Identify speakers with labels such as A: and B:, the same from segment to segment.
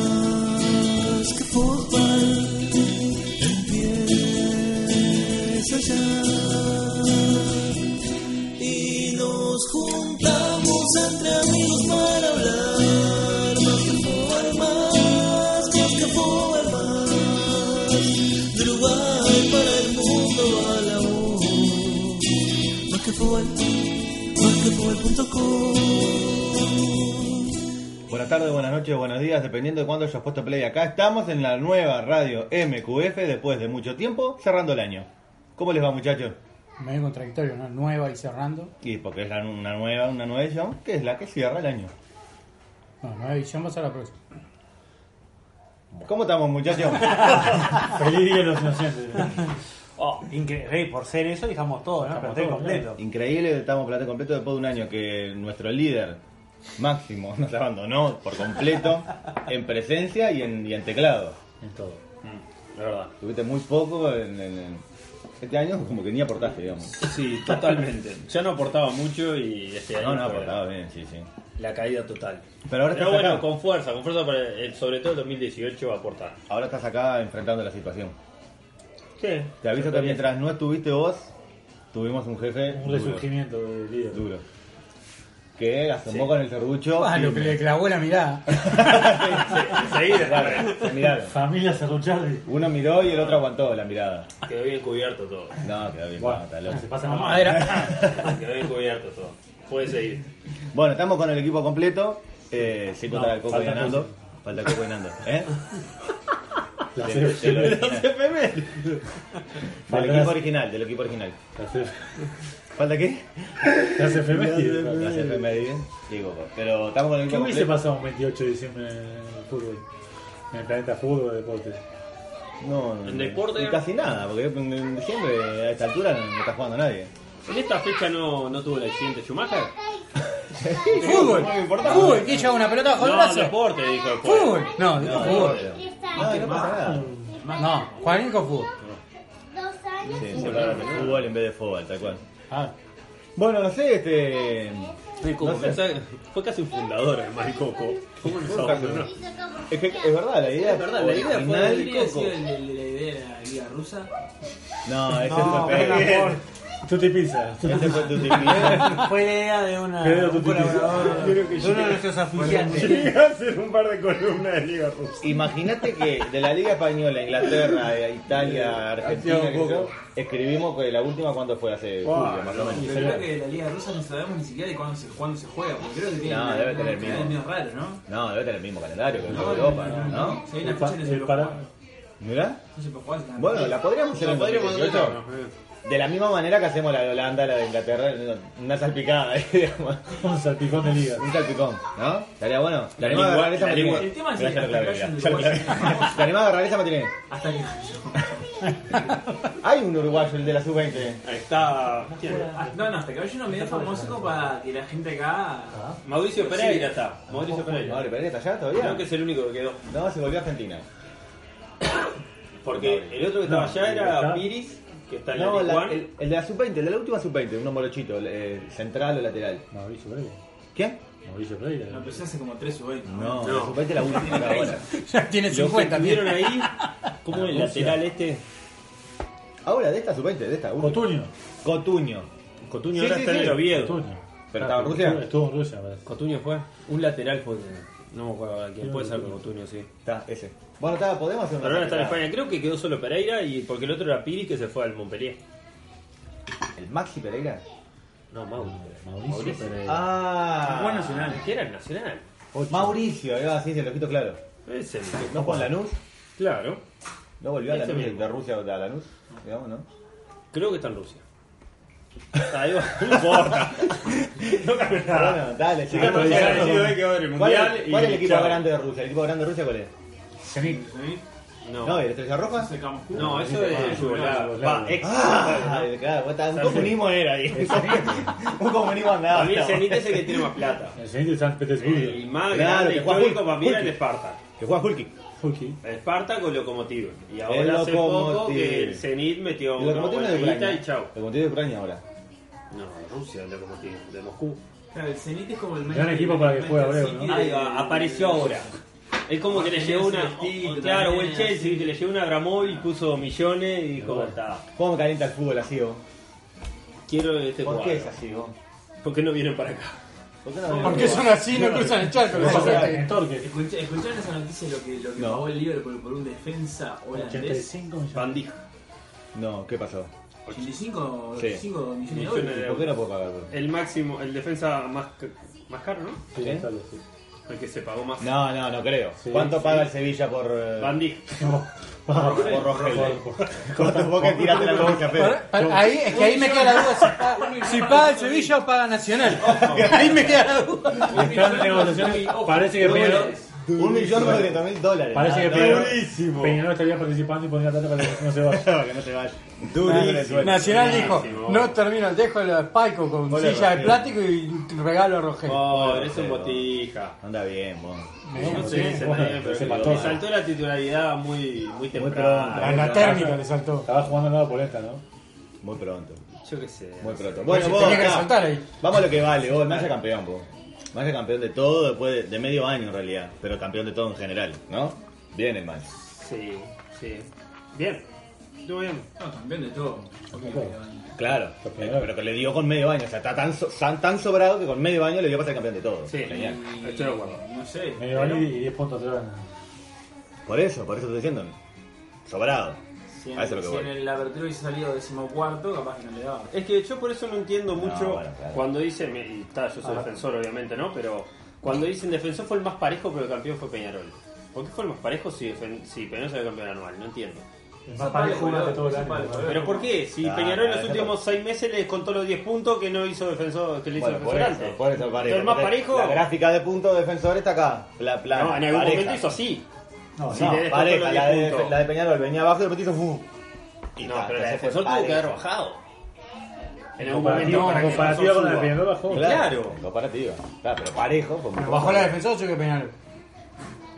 A: más que fútbol. Empieza ya y nos juntamos entre amigos para hablar más que fútbol, más, más que fútbol, más. De Uruguay para el mundo a la U, más que fútbol, más que fútbol.com.
B: Buenas tardes, buenas noches, buenos días, dependiendo de cuándo hayas puesto play acá. Estamos en la nueva radio MQF después de mucho tiempo, cerrando el año. ¿Cómo les va, muchachos?
C: Medio contradictorio, ¿no? Nueva y cerrando.
B: Y porque es la- una nueva, una nueva edición, que es la que cierra el año.
C: No, nueva edición va a ser la próxima.
B: ¿Cómo estamos, muchachos?
D: Feliz día de los inocentes.
E: Oh, increíble. Por ser eso, dejamos todo, ¿no?
D: Dejamos
E: Plantel
D: todo,
E: completo.
B: Increíble, estamos plato completo después de un año que nuestro líder máximo nos abandonó por completo en presencia y en, y en teclado.
D: En todo.
B: Mm,
D: La verdad.
B: Tuviste muy poco en, en- en- este año, como que ni aportaste, digamos.
D: Sí, totalmente. Ya no aportaba mucho y este año
B: No, no
D: fue
B: aportaba bien, sí, sí.
D: La caída total.
B: Pero ahora
D: Pero
B: estás
D: bueno,
B: acá.
D: con fuerza, con fuerza, para el- sobre todo el 2018 va a aportar.
B: Ahora estás acá enfrentando la situación.
D: Sí.
B: Te aviso que mientras no estuviste vos, tuvimos un jefe
D: Un
B: duro,
D: resurgimiento de líder.
B: duro. Que asomó con el serrucho.
C: Ah,
B: y-
C: lo que le clavó la mirada.
D: Enseguida,
B: Claro, se miraron.
E: Familia Cerruchardi.
B: Uno miró y el otro aguantó la mirada.
D: Quedó bien cubierto todo.
B: No, quedó bien. no, está loco.
E: Se pasa
C: Ah, La
E: mamá.
C: madera.
D: Quedó bien cubierto todo. Puede seguir.
B: Bueno, estamos con el equipo completo. Eh, sin contar
D: No,
B: al Coco y
D: falta
B: a Nando. Falta el Coco y Nando. ¿Eh?
F: Ah,
D: Las
B: Del- del-
D: efemérides.
B: las efemérides. Del
D: Falta
B: equipo
D: las-
B: original, del equipo original. ¿Falta qué?
E: Las efemérides.
B: Las efemérides. Digo, pero estamos con el
E: ¿Qué
B: equipo
E: hubiese
B: completo.
E: pasado un 28 de diciembre en el fútbol? En el planeta fútbol, deporte.
B: No, no,
D: En
B: no.
D: deporte-
B: Y casi nada, porque en en diciembre a esta altura no, no está jugando nadie.
D: ¿En esta fecha no, no tuvo el accidente Schumacher?
C: ¡Fútbol! ¡Fútbol! ¿Qué lleva una pelota bajo el
D: No,
C: brazo?
D: deporte, dijo el juez.
C: ¡Fútbol! No, no,
B: No, no, Ah,
C: fútbol.
B: no pasa nada.
C: No, Juanín con fútbol.
G: Dos años
B: Sí, se habla de fútbol en vez de fútbol, tal cual.
E: Ah,
B: Bueno, no sé, este.
D: El Coco,
B: No sé.
D: pensá que fue casi un fundador el Maricoco. ¿Cómo nos abandonó?
B: Es que es verdad, la idea.
H: Es verdad, la idea fue
B: original,
H: debería haber
B: Coco.
H: sido el de la idea de la liga rusa.
B: No, ese
C: No,
B: fue Pepe.
E: tú te pisas.
B: Ese fue tu timidez.
H: Fue la idea de una,
E: Creo
H: un
E: que tú
H: colaborador,
E: tienes- Creo que
H: de uno de nuestros oficiantes.
E: Llegué a hacer un par de columnas de Liga Rusa.
B: Imagínate que de la Liga Española, Inglaterra, eh, Italia, Argentina, qué sé yo, escribimos que la última cuando fue hace
E: Wow,
B: julio, más o menos.
H: Pero creo que de la liga rusa no sabemos ni siquiera de cuándo se, cuándo se juega, porque creo que tiene
B: No,
H: una-
B: debe
H: una
B: tener
H: cantidad de
B: mínimo.
H: días raros, ¿no?
B: No, debe tener el mismo calendario que el de Europa, ¿no?
H: Si hay
E: El
H: una
E: pa-
H: fecha que no se
E: el
H: puede
E: para-
H: jugar.
B: ¿Mirá?
H: No se puede jugar. se
B: Bueno, la podríamos hacer en 2018. De la misma manera que hacemos la de Holanda, la de Inglaterra, una salpicada, eh, digamos.
E: Un salpicón de Liga.
B: Un salpicón, ¿no? Estaría bueno. ¿Te
D: La
B: animás a
D: lengua-
B: agarrar esa
D: la
B: Martínez?
D: lengua-
H: El tema es
B: Gracias,
H: el-
B: Claudia,
H: el
B: ya,
H: uruguayo
B: ya, Claudia. ¿Te animás a agarrar esa Martínez?
H: Hasta que
B: Hay un uruguayo, el de la sub-20.
D: Ahí está.
H: Ah, No, no, hasta que yo no me dé famoso como para que la gente acá.
D: Mauricio Pereira está. Mauricio
B: Madre,
D: Pereira.
B: pero está allá
D: Creo
B: todavía.
D: que es el único que quedó.
B: No, se volvió a Argentina.
D: Porque el otro que estaba
E: No,
D: allá era
E: está-
D: Piris, que está en
B: No,
D: el
B: la-
D: Juan.
B: el, el de la sub-20, el de la última sub-20, uno morochito, el, eh, central o lateral.
E: Mauricio Pereira.
B: ¿Qué?
E: Mauricio
H: No,
E: Pereira.
H: empecé hace como 3 o 20.
B: No, la
D: No.
B: sub-20 la última la ahora.
C: Ya tiene
D: Los que
C: 50
D: estuvieron
C: también.
D: ahí, como el
E: Rusia.
D: lateral este.
B: Ahora, de esta sub-20, de esta. última.
E: Cotuño.
B: Cotuño. Sí,
D: Cotuño ahora
B: sí,
D: está en
B: sí.
D: el Oviedo.
E: Cotuño.
B: ¿Pero estaba en Rusia?
E: Estuvo en Rusia, parece.
D: Cotuño fue. Un lateral fue. No me acuerdo ahora quién. Puede ser que Cotuño, sí.
B: Está, ese. Bueno, está, podemos hacer una.
D: Pero ahora está en
B: salpicada?
D: España. Creo que quedó solo Pereira y porque el otro era Piris que se fue al Montpellier.
B: ¿El Maxi Pereira?
D: No, Mauricio.
E: Mauricio Pereira.
B: Ah.
D: Juan Nacional. ¿Qué era el Nacional?
E: Ocho.
B: Mauricio, ahí va, sí, se lo quito claro.
D: Es el
B: No con Lanús,
D: Claro.
B: no volvió a
D: Ese
B: Lanús
D: Este mismo.
B: de Rusia a Lanús, digamos, ¿no?
D: Creo que está en Rusia. Ahí va. No importa. No cambia nada.
B: Bueno, dale, sí.
D: Estamos
B: ¿Cuál es-
D: agradecidos de que va a haber el
B: ¿Cuál,
D: Mundial
B: es el
D: y
B: equipo
D: chao.
B: grande de Rusia? ¿El equipo grande de Rusia cuál es?
C: Zenit.
D: No.
B: No, ¿y el Estrella Roja?
H: Secamos Cuba.
D: No, eso es Yugoslavia. Va, ex.
B: Ah, claro, vos estás- un comunismo era ahí. un comunismo andaba.
D: Para mí el Zenit es el que tiene más plata.
E: El siguiente es San
D: El
E: Petersburgo.
D: más
B: Claro,
D: grande
B: que juega
D: histórico
B: Hulk.
D: para mí era el
B: Hulk.
D: Esparta.
B: Que juega Hulki.
E: Hockey.
D: Esparta con Locomotiv. Y ahora
B: El
D: hace poco
B: Lokomotiv.
D: que el Zenit metió
B: El
D: una
B: locomotivo es de
D: buena guita
B: Ucrania.
D: y chao.
B: El locomotivo de Ucrania ahora.
D: No, Rusia el Lokomotiv, de Moscú.
H: Claro, el Zenit es como el
E: Gran equipo para que juegue Abreu, ¿no?
D: Ahí va, apareció ahora. Es como que le llegó una.
H: Estilo,
D: o- claro, o el
H: también,
D: Chelsea,
H: así.
D: que le llegó una Gramoy y puso millones y dijo, está.
B: ¿Cómo me calienta el fútbol así, vos?
D: Quiero este
B: ¿Por
D: jugador.
B: qué es así, vos?
D: ¿Por qué no vienen para acá?
B: ¿Por qué no me-
C: ¿Por qué son así? No cruzan el charco. los
E: pasa
C: chapetes.
E: en Torque.
H: Escucha- ¿Escucharon esa noticia lo que, lo que
B: No.
H: pagó el Liverpool por un defensa holandés?
E: 85 millones.
D: Bandija.
B: No, ¿qué pasó? Eh,
H: 85,
B: Sí.
H: 85 millones de
D: Millones de
H: dólares.
B: ¿Por qué no puedo pagar, bro?
D: El máximo, el defensa más, ca- más caro, ¿no?
E: Sí,
B: ¿Eh?
E: tal vez, sí.
D: El que se pagó más.
B: No, no, no creo.
E: Sí,
B: ¿Cuánto
E: sí.
B: paga el Sevilla por. eh,
D: Bandija.
B: por Rogel? Con tu boca tirate la boca, Pedro.
C: Para- para- Ahí, es que ahí me queda la duda si paga, si paga el Sevilla o paga Nacional. Ahí me queda la duda.
E: Están en negociaciones. Parece que Peñarol.
B: Un millón cuarenta mil dólares.
E: Parece que
B: Ah,
E: Peñarol.
B: Durísimo.
E: Peñarol estaría participando y pondría plata para que no se vaya.
B: Que no te vayas. Durísimo.
C: Nacional dijo,
D: Buenísimo.
C: no termino, dejo el Paico con
B: Hola,
C: silla de
B: Rogelio.
C: plástico y regalo a Rogelio.
D: Pobre, Oh, es un
B: Pero-
D: botija.
B: Anda bien, vos.
D: No sé,
E: sí,
D: se
E: bueno,
D: la-
E: se
D: pero
E: mató.
D: saltó la titularidad muy, muy
B: pronto.
D: temprano.
C: A la térmica le saltó.
E: Estaba jugando al lado por esta, ¿no?
B: Muy pronto.
D: Yo qué sé.
B: Muy pronto.
C: Bueno,
B: Bueno, vos.
C: tenía que
B: acá,
C: resaltar ahí.
B: Vamos a lo que vale, vos. Más campeón, vos. Más campeón de todo después de, de medio año en realidad. Pero campeón de todo en general, ¿no? Bien el Mancha.
D: Sí, sí. Bien. Estuvo bien.
H: No, campeón de todo. Ok,
B: Claro, eh, pero que le dio con medio año, o sea, está tan, so- tan, tan sobrado que con medio año le dio para ser campeón de todo.
D: Sí.
B: Genial.
H: y-
D: Estoy de acuerdo.
H: No sé.
E: Medio año y 10 puntos atrás.
B: Por eso, por eso estoy diciendo. Sobrado.
H: Si en,
B: A eso es lo que
H: si en
B: voy.
H: el apertura hubiese salido decimocuarto, capaz que no le daba.
D: Es que yo por eso no entiendo mucho
B: bueno, claro.
D: cuando dicen, y está, yo
E: Ah.
D: soy defensor obviamente, ¿no? Pero cuando dicen defensor fue el más parejo, pero el campeón fue Peñarol. ¿Por qué fue el más parejo si, defen- si Peñarol salió campeón anual? No entiendo.
E: El
H: Esa
E: más
H: pala,
E: parejo durante
H: boludo,
E: todo el
H: esa
E: año.
H: pala,
E: ¿no?
H: boludo.
D: ¿Pero por qué? Si
B: Ah,
D: Peñarol en los
B: eso
D: últimos seis meses les contó los 10 puntos que no hizo defensor, que le hizo
B: Bueno, por
D: defensor
B: eso,
D: antes.
B: por eso parejo.
D: ¿El más
B: Porque
D: parejo?
B: La gráfica de puntos defensor está acá. La, la,
D: no, en algún
B: pareja.
D: momento hizo así.
E: No,
D: Si
E: no.
D: le descontó
B: Pareja,
D: los
B: la
D: 10
B: de,
D: puntos.
B: la de Peñarol venía abajo y de repente hizo uh, fu. Y
D: No,
B: ta,
D: pero
B: entonces fue
D: la defensor tuvo que
B: pareja.
D: haber bajado. En algún momento
E: Comparativo,
D: para que el
E: comparativo
D: defensor
E: con la de
D: suba.
E: Peñarol bajó.
D: Claro.
B: En comparativa. Claro, pero parejo. Pues,
C: No bajó la defensor, subió penal.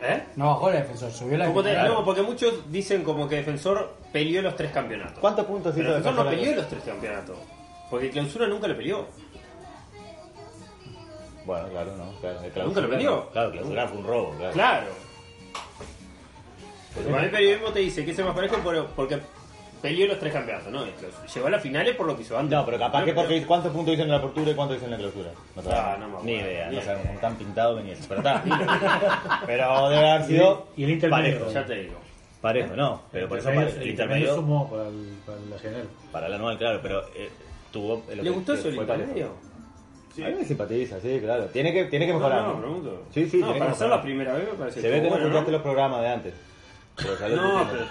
D: ¿Eh?
C: No bajó la defensor, subió la
D: Como te-
C: penal.
D: no, porque muchos dicen como que Defensor peleó los tres campeonatos.
B: ¿Cuántos puntos hizo
D: Pero Defensor no
B: defensor?
D: peleó los tres campeonatos. Porque Clausura nunca lo peleó.
B: Bueno, claro, no. Claro, de clausura,
D: Nunca lo peleó.
B: Claro, clausurar fue un robo. Claro.
D: Claro. Porque para mí el periodismo te dice que es el más parejo por- porque peleó los tres campeonatos, ¿no? Clausura. Llegó a las finales por lo que hizo antes.
B: No, pero capaz que porque ¿cuántos puntos dicen en la apertura y cuántos dicen en la clausura? No
D: Ah, no me acuerdo.
B: Ni idea,
D: Ni
B: no
D: idea.
B: sabemos cómo están pintados ni eso. Pero está. pero debe haber sido
E: Y el Inter
B: parejo.
E: medio.
D: Ya te ¿Eh? digo.
B: Parejo, no. Pero por eso
E: El
B: parejo. El
E: intermedio
B: intermedio
E: sumó para, el, para la general.
B: para la anual, claro, pero eh, tuvo el
D: ¿Le gustó eso el
B: parejo.
D: intermedio?
B: A mí me simpatiza, sí, claro. Tiene que, tiene que mejorar.
D: No, no,
B: ¿no?
D: pregunto.
B: Sí, sí,
D: No,
B: tiene que
D: para ser
B: mejorar.
D: la primera vez me parece
B: Se ve que no
D: bueno,
B: escuchaste
D: ¿no?
B: los programas de antes. Pero ya lo
D: No,
B: discutimos.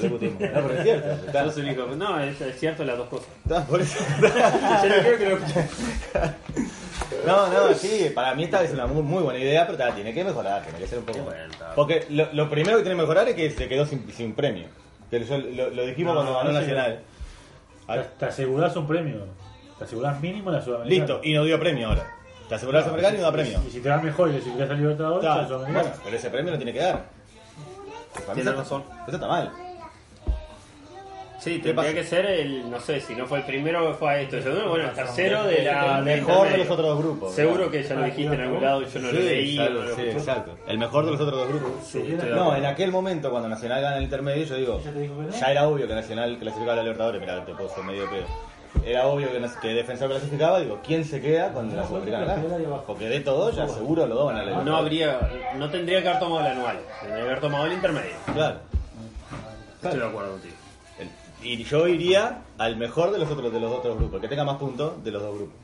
B: Ya lo discutimos. No, pero es cierto. está.
D: sos el único- No, es, es cierto las dos cosas.
B: Está, por eso.
D: Yo no creo que lo
B: No, no, sí, para mí esta es una muy, muy buena idea, pero ta, tiene que mejorar, tiene que ser un poco.
D: Bueno, está.
B: Porque lo, lo primero que tiene que mejorar es que se quedó sin, sin premio. Que yo- lo, lo dijimos
E: No,
B: cuando ganó
E: no sé.
B: Nacional. Ah,
E: Te, te asegurás un premio. Te asegurás mínimo la Sudamericana.
B: listo, y no dio premio ahora. Te asegurás el mercado y no da premio.
E: Y si te vas mejor y si te vas a Libertadores,
B: Ta,
E: la
B: bueno,
E: Sudamericana.
B: pero ese premio lo tiene que dar. Para mí
D: Tiene
B: eso-
D: razón.
B: Eso está mal.
D: Sí,
B: ¿Qué pasa?
D: tendría que ser el, no sé, si no fue el primero, fue esto. El segundo, bueno, el tercero de la.
B: El
D: del
B: mejor de
D: intermedio.
B: los otros dos grupos.
D: Seguro que ya lo dijiste en algún lado, yo Ah, no lo
B: Sí,
D: leí.
B: exacto,
D: no lo
B: sí,
D: escuché.
B: exacto. El mejor de los otros dos grupos.
D: Sí, estoy de
B: No,
D: acuerdo.
B: en aquel momento cuando Nacional gana el intermedio, yo digo, ya era obvio que Nacional clasificaba a la Libertadores, mira, te puedo hacer medio pedo. Era obvio que, Nas- que Defensor clasificaba, digo, ¿quién se queda con la Sudamericana? Porque de todo ya seguro lo doban a la Libertadores.
D: No habría, no tendría que haber tomado el anual, tendría que haber tomado el intermedio.
B: Claro.
D: Estoy de acuerdo contigo.
B: El- Y yo iría al mejor de los otros de los otros grupos, el que tenga más puntos de los dos grupos.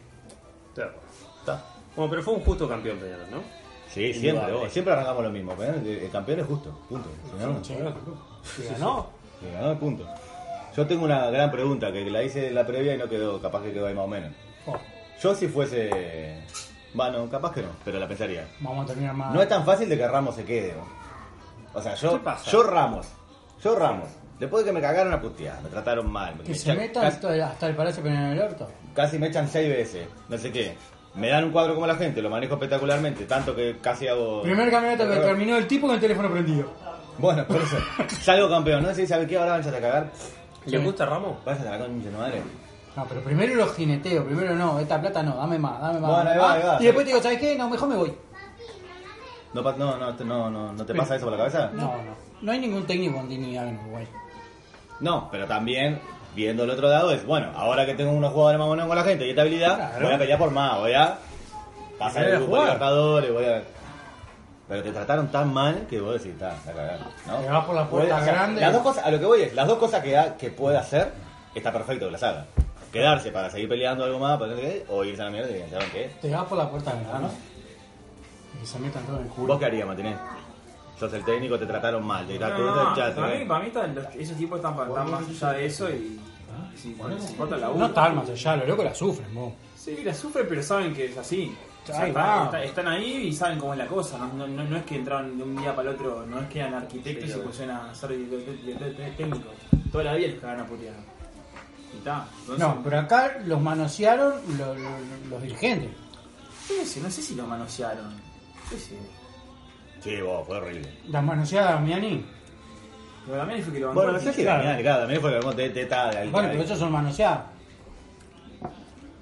D: Estoy de acuerdo.
B: Está.
D: Bueno, pero fue un justo campeón Peñarol, ¿no?
B: Sí, siempre, vos, siempre arrancamos lo mismo. ¿eh? El, el campeón es justo, punto. Si no, no.
C: Si ganó,
B: Le ganó el punto. Yo tengo una gran pregunta que la hice en la previa y no quedó, capaz que quedó ahí más o menos. Yo si fuese... Bueno, capaz que no, pero la pensaría.
C: vamos a terminar más.
B: No es tan fácil de que Ramos se quede. ¿no? O sea, yo,
D: ¿Qué pasa?
B: yo Ramos, yo Ramos, después de que me cagaron a puteada, me trataron mal, me
C: que se
B: echa-
C: metan
B: casi,
C: hasta, hasta el Palacio Penal del Orto.
B: casi me echan seis veces, no sé qué. Me dan un cuadro como la gente, lo manejo espectacularmente, tanto que casi hago...
C: Primer campeonato que
B: Error.
C: terminó el tipo con el teléfono prendido.
B: Bueno, por eso. Salgo campeón, ¿no? Si sabes qué, ahora van a cagar.
D: ¿Le gusta Ramos?
B: Pásate la concha de tu madre.
C: No, pero primero lo jineteo, primero no, esta plata no, dame más, dame más.
B: Bueno, ahí
C: dame
B: va,
C: más.
B: ahí va.
C: Y después te digo, ¿sabes qué? No, mejor me voy.
B: No, pa- no, no, te- no, no, ¿no te pasa eso por la cabeza?
C: No, no. No hay ningún técnico continuidad en Uruguay.
B: No, pero también, viendo el otro lado, es bueno, ahora que tengo unos jugadores más buenos con la gente y esta habilidad,
C: Claro.
B: voy a pelear por más, voy a pasar
C: Voy a
B: el grupo de
C: jugar.
B: libertadores, voy a. Pero te trataron tan mal que vos decís, está, está cagado", ¿no?
C: Te vas por la puerta
B: Puede- o sea,
C: grande.
B: Las dos cosas, a lo que voy es, las dos cosas que, ha- que puede hacer, está perfecto que las haga. Quedarse para seguir peleando algo más, para no sé qué, o irse a la mierda y decir, ¿saben qué?
C: Te vas por la puerta grande. Y se metan todos en el culo.
B: ¿Vos qué harías, Matiné? Sos el técnico, te trataron mal, te
H: No,
B: trataron
H: no, no,
B: te echaste,
H: para
B: ¿eh?
H: mí, para mí están los- esos tipos están, para- están más allá de eso y. Si no les importa la
C: No está más allá, los locos la sufren, vos.
H: Sí, la sufren, pero saben que es así. O sea,
C: Ahí
H: está-
C: va.
H: está- están ahí y saben cómo es la cosa. No, no, no- no es que entraron de un día para el otro, no es que eran arquitectos y se pusieron a ser di- di- di- di- técnicos. Toda la vida les cagaron a putear. Y está. Entonces,
C: No, pero acá los manosearon lo- lo- los dirigentes.
H: yo qué sé, no sé si lo manosearon. Yo qué sé.
B: Sí, vos, fue horrible.
C: Las manoseadas de Damiani.
H: Pero también fue que lo bancó
B: Bueno, no
H: el
B: sé si
H: Pichi.
B: Damián, claro, Damián fue el que armó te- teta de ¿eh? alguien.
C: Bueno, pero esos son manoseadas.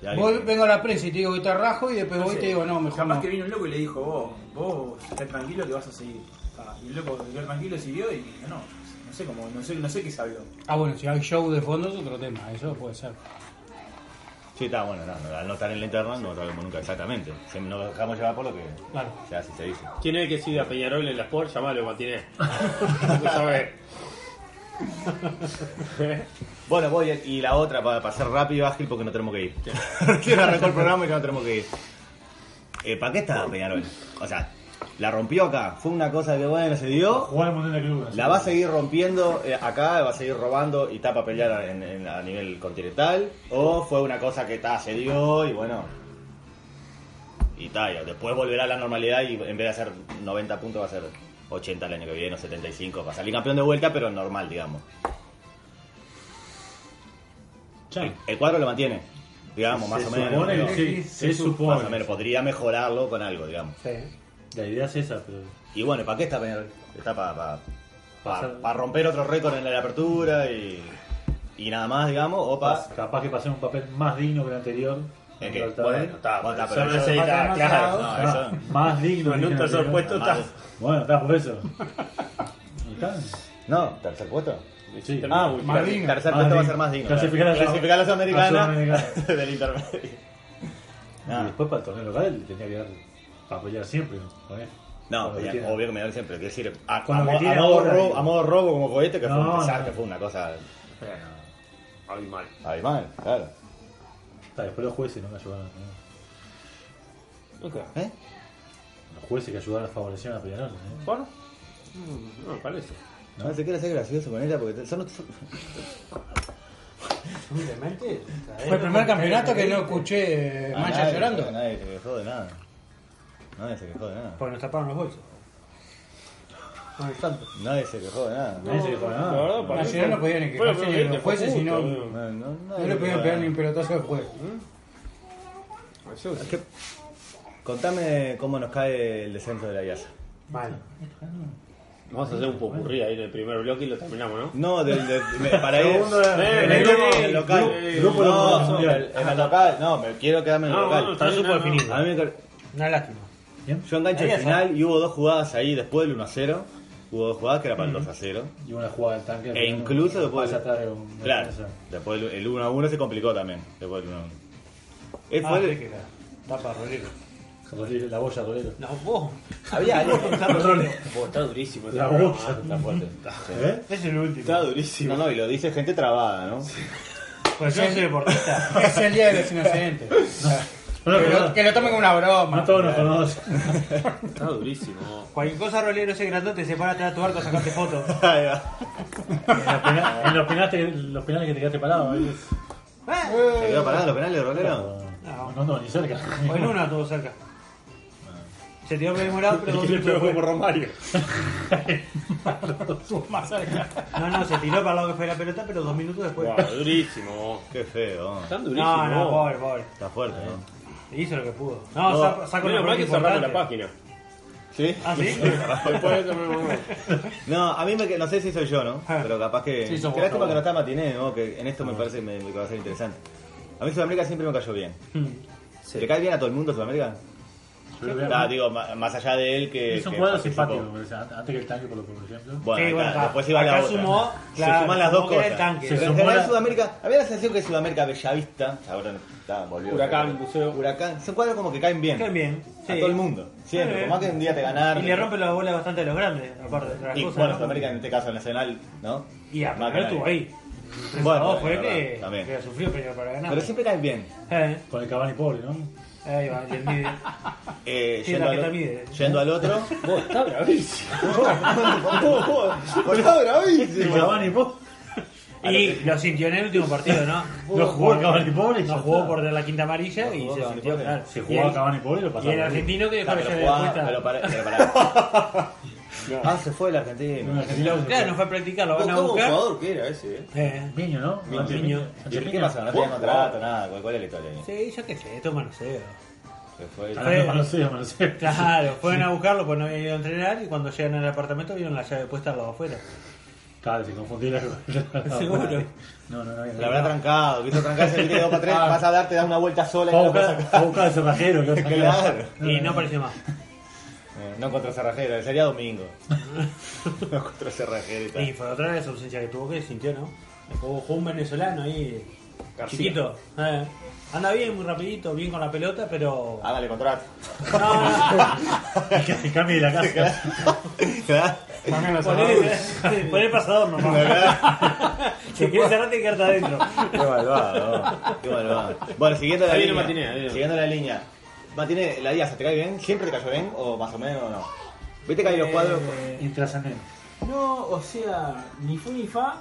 B: Ya
C: Vos
B: alguien-
C: vengo a la prensa y te digo que te rajo y después
H: No
C: voy y
H: sé.
C: te digo, no, mejor
H: Capaz
C: no.
H: que vino un loco y le dijo, vos, vos, esté tranquilo que vas a seguir. Está. Y el loco se quedó tranquilo, siguió y no, no, no sé cómo, no sé, no sé qué sabió.
C: Ah, bueno, si hay show de fondo es otro tema, eso puede ser.
B: Sí, está bueno, no, no, al no estar en la interna no sabemos nunca exactamente. Si nos dejamos llevar por lo que
C: Claro.
B: se hace y se dice.
D: ¿Quién es el que sigue a Peñarol en la Sport? Llamalo, Matiné. Tú sabes.
B: Bueno, voy y la otra para pasar rápido y ágil porque no tenemos que ir. Quiero arrancar el programa y ya no tenemos que ir. Eh, ¿Para qué está Peñarol? O sea, la rompió acá. Fue una cosa que bueno, se dio.
E: Jugar un montón de clubes.
B: La va a seguir rompiendo eh, acá, va a seguir robando y está para pelear en- en- a nivel continental. O fue una cosa que está, se dio y bueno. Y tal, después volverá a la normalidad y en vez de hacer 90 puntos va a ser 80 el año que viene o 75. Va a salir campeón de vuelta, pero normal, digamos.
E: Chao.
B: El cuadro lo mantiene, digamos, más
E: Se
B: o menos.
E: supone
B: ¿no?
E: que sí, se
B: Más o menos,
E: supone.
B: podría mejorarlo con algo, digamos.
E: La idea es esa, pero.
B: Y bueno, ¿para qué está Peñarol? Está para
E: Pasar-
B: romper otro récord en la apertura y, y nada más, digamos, o para...
E: pas- capaz que pasemos un papel más digno que el anterior.
B: Es
E: Contra
B: que,
E: el Tabay.
B: bueno, está, bueno, está, pero
D: Yo no
B: eso-
D: sé, está, claro.
B: no,
E: Ah,
B: eso-
E: Más digno.
D: En
E: que
D: un
E: el
D: tercer
E: anterior. Ah,
D: puesto está.
B: Ah,
E: Bueno, está por eso. Ahí está.
B: No, tercer puesto.
E: Sí.
B: Ah,
D: Muy
B: más
D: bien.
B: digno. Tercer puesto
E: Más
B: va a
E: digno.
B: ser más digno.
E: Clasificar a la-
B: Clasificar a la
E: a
B: Sudamericana
E: Sudamericana.
B: del intermedio.
E: Y
B: No,
E: ah, después para el torneo local tenía que dar para pelear siempre. ¿no? ¿Eh?
B: no
E: Con lo que
B: ya,
E: tiene.
B: obvio que me da siempre. Quiero decir, a, a,
E: Con lo que
B: mo- a
E: tiene
B: modo
E: ahora,
B: robo,
E: digo.
B: a modo robo como cohete, que fue
E: No,
B: un desastre,
E: no.
B: fue una cosa
D: Bueno, Hoy mal.
B: abismal, claro.
E: Está, después los jueces no que ayudaron. ¿no?
B: ¿Eh?
E: Los jueces que ayudaron favorecieron a Peñarol. ¿eh?
D: ¿Por? Mm, No me parece.
B: No, se quiere hacer gracioso con ella porque te- son, son-
C: Fue el primer campeonato que no escuché eh,
B: a
C: Mancha
B: nadie-
C: llorando.
B: a Nadie se quejó de nada. Nadie se quejó de nada.
G: Porque nos taparon los bolsos. Con el salto.
B: Nadie se quejó de nada.
E: Nadie se
G: "Ah,
E: dijo nada.
D: La verdad, para mí
C: Ayer no
D: fue-
C: podían ni que
D: Bueno,
C: pasen
D: pero
C: ni los
D: te fue
C: jueces,
D: justo,
C: sino-
D: digo.
B: No, no,
C: No le podían pegar ni un pelotazo de juego.
B: ¿Qué? Contame cómo nos cae el descenso de la IASA.
G: Mal.
D: Vamos a hacer un popurrí ahí en el primer bloque y lo terminamos, ¿no?
B: No, del, del- me- para ir.
E: Segundo de-
B: Eh, en
E: eh,
B: el grupo,
E: eh,
B: en el local.
E: gru- grupo de
B: no,
E: los-
B: en el- en el local. No, me quiero quedarme en el
D: No,
B: local.
D: no, Ah, está súper definido.
B: A mí me-
G: Una lástima.
B: yo enganché
G: La
B: el
G: IASA.
B: final y hubo dos jugadas ahí después del 1 0. Hubo dos jugadas que era para el 2 0.
E: Y una jugada del tanque.
B: E incluso después.
E: Pasa atrás de un- de
B: claro,
E: un-
B: después el- el 1 a 1 se complicó también. Después del 1 a 1. Eh,
C: Ah.
B: fue el-
G: Tapa, Rolero.
E: Rodríguez, La boya, Rodríguez.
G: No, vos.
B: Había alguien que estaba solo.
D: está durísimo.
E: La boya.
B: Está fuerte.
E: ¿Eh?
G: Es el último.
D: Está durísimo.
B: No, no, y lo dice gente trabada, ¿no?
G: Pues yo no soy deportista.
C: Es el día de los inocentes.
E: No, no,
C: Que
E: no,
C: lo- Que lo tomen como una
E: no
C: broma.
E: todos nos conocen.
D: Está durísimo.
G: Cualquier cosa, Rolero, ese grandote se para atrás de tu barco a sacarte fotos. Eh.
B: Ahí va.
E: En los pena- en los penales, los penales que te quedaste parado. ¿eh?
G: Eh,
B: ¿Se quedó parado en los penales, Rolero?
E: No, no, no, ni cerca.
G: O en una todo cerca. Se tiró el morado, pero
E: Y le pegó como Romario.
G: No, no, se tiró para el lado que fue la pelota, pero dos minutos después.
D: Está durísimo.
B: Qué feo.
D: Está
G: No,
D: durísimo.
G: no, pobre, pobre.
B: Está fuerte, ¿no?
G: Hizo lo que pudo. No,
D: No,
G: sa- saca una
D: menos
G: pelota
D: mal que cerramos la
G: importante.
D: página.
B: ¿Sí?
G: Ah, ¿sí?
D: Después de eso,
B: No, a mí me, que- no sé si soy yo, ¿no?
G: Ah.
B: Pero capaz que.
C: Sí, sos vos,
B: Qué lástima
C: sos
B: que
C: vos.
B: no está Matiné, ¿no? Que en esto me parece me, me va a ser interesante. A mí Sudamérica siempre me cayó bien. ¿Le cae bien a todo el mundo Sudamérica?
E: Yo lo veo-
B: Ah, digo, ma- más allá de él que.
E: es un
B: que-
E: jugador
B: que-
E: simpático, me parece, antes que el tanque, por lo por ejemplo.
B: Bueno,
G: Sí, bueno,
B: acá,
G: acá-
B: después iba la
G: acá
B: otra.
G: sumó,
B: se
G: claro,
B: suman las dos
G: sumó que era el
B: cosas.
G: tanque.
E: Se
B: Pero en
E: sumó
B: general
E: la-
B: Sudamérica, había la sensación que Sudamérica Bellavista, ahora no está, volvió.
D: Huracán, Buceo.
B: Huracán, son cuadros como que caen bien.
G: Caen bien,
B: A
G: sí.
B: todo el mundo. Siempre,
G: Sí.
B: por más que un día te ganaron.
G: Y le rompe la bola bastante a los grandes, aparte de otras
B: Y
G: cosas,
B: bueno,
G: ¿no?
B: Sudamérica en este caso Nacional, ¿no?
G: Y a
B: Más
G: Peñarol
B: que
G: estuvo
B: nadie.
G: ahí.
B: Bueno,
G: Bueno, fue
B: es
G: que,
B: verdad, también.
G: que sufrió Peñarol para ganar.
B: Pero siempre caen bien.
G: Eh,
E: Con el Cavani pobre, ¿no?
G: ahí va, le mide.
B: Eh,
G: Sí,
B: yendo,
G: la
B: al,
G: que
B: o-
G: también, eh.
B: yendo al otro.
D: Vos, está bravísimo.
B: Volá,
E: El
B: bravísimo.
E: Cavani pobre.
G: Y lo sintió en el último partido, ¿no?
E: No jugó el Cavani pobre. y ya
G: No jugó
E: está.
G: por dar la quinta amarilla
B: No
G: y
B: jugó
G: se
B: Cavani
G: sintió,
B: pobre.
G: claro.
E: Se
G: Y
E: jugaba
G: el-
E: Cavani pobre y lo
G: Y el
E: pasaba. por ahí.
G: argentino que
B: Ah,
G: dejó que
B: pero
G: se
B: jugá,
G: demuestra.
B: pero pará, pero pará. Ah, se fue el argentino.
E: En Argentina lo
G: Claro, no fue a practicar, lo van a
B: ¿Cómo
G: buscar.
B: jugador que era ese, eh?
G: Eh,
E: Miño, ¿no?
G: Miño.
E: Sánchez
G: Miño.
E: Sánchez
B: ¿Qué
E: Miño.
B: pasó? No tenía contrato, nada. ¿Cuál cuál es la historia? ahí?
G: Sí, yo qué sé, esto es manoseo.
B: Se fue.
E: Ah, no, Manoseo, Manoseo.
G: Claro, fueron a buscarlo pues no habían ido a entrenar y cuando llegan al apartamento vieron la llave puesta al lado afuera.
E: Claro, se confundió la la-
G: Seguro.
E: No, no, no.
B: La habrá trancado, quiso trancarse el dedo para tres,
G: Ah.
B: vas a darte, das una vuelta sola y
E: Fue a
B: no lo
E: buscar,
B: sacás.
E: fue a buscar al cerrajero. que Ah. lo sacó.
B: Claro.
G: Y no apareció más.
B: Eh, No encontró cerrajero, sería domingo. No encontró cerrajero y
G: Y
B: tal.
G: fue otra vez la ausencia que tuvo que sintió, ¿no? Jugó, jugó un venezolano ahí,
B: García.
G: chiquito. eh. Anda bien, muy rapidito, bien con la pelota, pero...
B: Hágale Ah, contrato.
G: No, no, no.
E: Que se cambie de la casa.
B: Claro.
G: Poné, poné pasador nomás. si quieres cerrarte, quedarte adentro.
B: Qué malvado, no. qué malvado. Bueno, siguiendo la
D: Ahí viene
B: línea.
D: Matiné, ahí viene.
B: Siguiendo la línea. Matiné, la Díaz, ¿te cae bien? ¿Siempre te cayó bien? ¿O más o menos o no? ¿Viste que hay los cuadros?
H: Eh,
E: Intrascendente.
H: No, o sea, ni fu ni fa,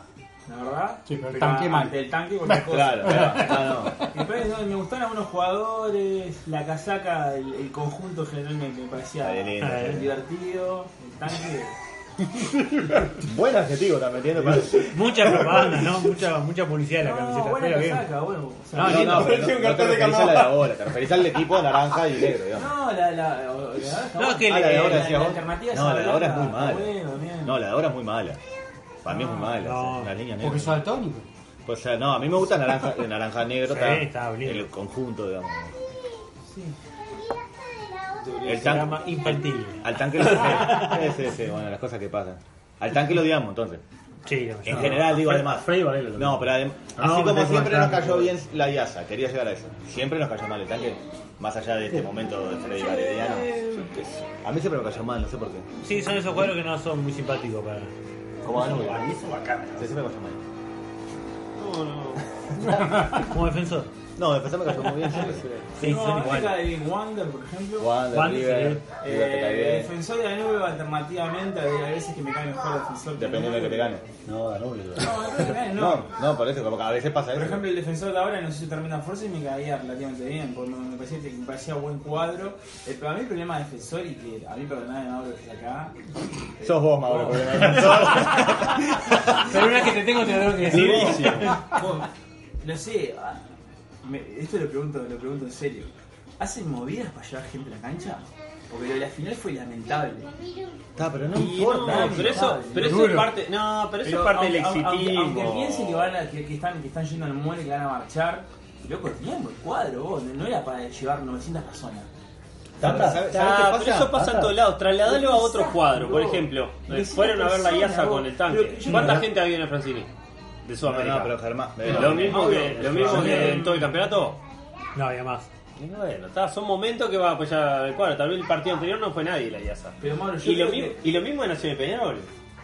H: la verdad.
E: Sí, pero el
H: Estaba
E: tanque mal.
H: ante El tanque cualquier cosa.
B: Claro, Ah, claro. No, no.
H: Me, parece, no, me gustaron algunos jugadores, la casaca, el, el conjunto generalmente me parecía
B: Está bien, está bien.
H: divertido, el tanque.
B: Buen adjetivo también, ¿entiendes?
G: Mucha propaganda, ¿no? Mucha, mucha publicidad en la
H: No,
G: camiseta.
H: buena
G: Pero bien.
H: casaca, bueno. o sea,
D: Ah,
B: No, no, no, pero no, no te referís a la de la bola, te referís al de tipo naranja y negro, digamos.
H: No, la, la, la, la- la-
G: No, es que
B: Ah, la de ahora
H: la-
B: decías
H: la
B: vos.
H: alternativa
B: No, la de ahora es muy
H: blanca,
B: mala.
H: bueno, bien.
B: No, la de ahora es muy mala. Para mí es muy mala,
G: no,
B: sí, la línea negra. Pues,
C: Porque sos altónico.
B: O sea, no, a mí me gusta naranja, el naranja negro,
G: Sí,
B: está,
G: está bien.
B: el conjunto, digamos.
H: Sí.
B: El
G: Se llama
B: tanque,
G: infantil.
B: al tanque lo sí, sí, sí, bueno, las cosas que pasan. Al tanque lo odiamos, entonces.
G: Sí, la mayoría.
B: En general, digo, además.
E: Freddy Varela. lo
B: No,
E: que-
B: pero adem-
E: No,
B: así
E: me
B: como
E: tengo
B: siempre
E: al
B: nos
E: tanque.
B: cayó bien la Yasa, quería llegar a eso. Siempre nos cayó mal el tanque, más allá de este momento de Freddy Valeriano. A mí siempre me cayó mal, no sé por qué.
G: Sí, son esos cuadros que no son muy simpáticos para.
B: Como a Danubio. Sí, siempre me cayó mal.
D: No, no.
G: Como defensor.
B: No, empezó me cayó muy bien siempre.
G: Sí, son
H: No, la
G: iguales.
H: de Wander, por ejemplo.
B: Wander,
G: Wander,
B: River,
H: Eh,
B: River te cae bien.
H: defensor de la nube alternativamente, a veces que me cae mejor defensor.
B: Dependiendo de
H: la
B: que te gane.
E: No, Danubio.
H: No, no, me cae, no.
B: No, no, por eso, como que a veces pasa
H: Por
B: eso.
H: ejemplo, el defensor de ahora no sé si termina fuerza y me caía relativamente bien, porque me, me parecía, me parecía buen cuadro. El, para mí el problema de defensor y que a mí perdonadme Mauro que es acá.
B: Sos vos, Mauro, el problema.
G: Pero una que te tengo, te lo tengo que decir.
H: vos, no sé, ah, me- esto lo pregunto, lo pregunto en serio. ¿Hacen movidas para llevar gente a la cancha? Porque lo de la final fue lamentable.
B: Está, pero no
D: Y no,
B: importa.
D: pero eso, pero eso es parte, no, pero eso
H: Pero
D: es parte
H: aunque-
D: del
H: aunque-
D: exitismo.
H: Aunque, aunque piensen que, van a- que, que están, que están yendo al muelle, que van a marchar, loco, tenían buen cuadro, vos, no era para llevar 900 personas.
B: Tata, ¿sabes-
D: Ah,
B: sabes qué
D: pero eso pasa en todos lados. Trasladalo a otro
H: Exacto.
D: cuadro, por ejemplo. Eh,
H: Decime
D: Fueron a ver la
H: persona,
D: IASA
H: vos.
D: con el
H: Pero
D: tanque.
H: que yo-
D: ¿Cuánta gente había en el Francini? De
B: No,
D: Sudamérica.
B: no, pero Germán. eh,
D: lo mismo,
H: Obvio.
D: que, lo mismo que en todo el campeonato.
G: No, había más.
D: Y Bueno, está, son momentos que va a apoyar el cuadro. Tal vez el partido anterior no fue nadie la IASA.
H: Pero Mauro, yo
D: Y lo,
H: creo
D: mismo,
H: que-
D: y lo mismo en Nacional Peñarol.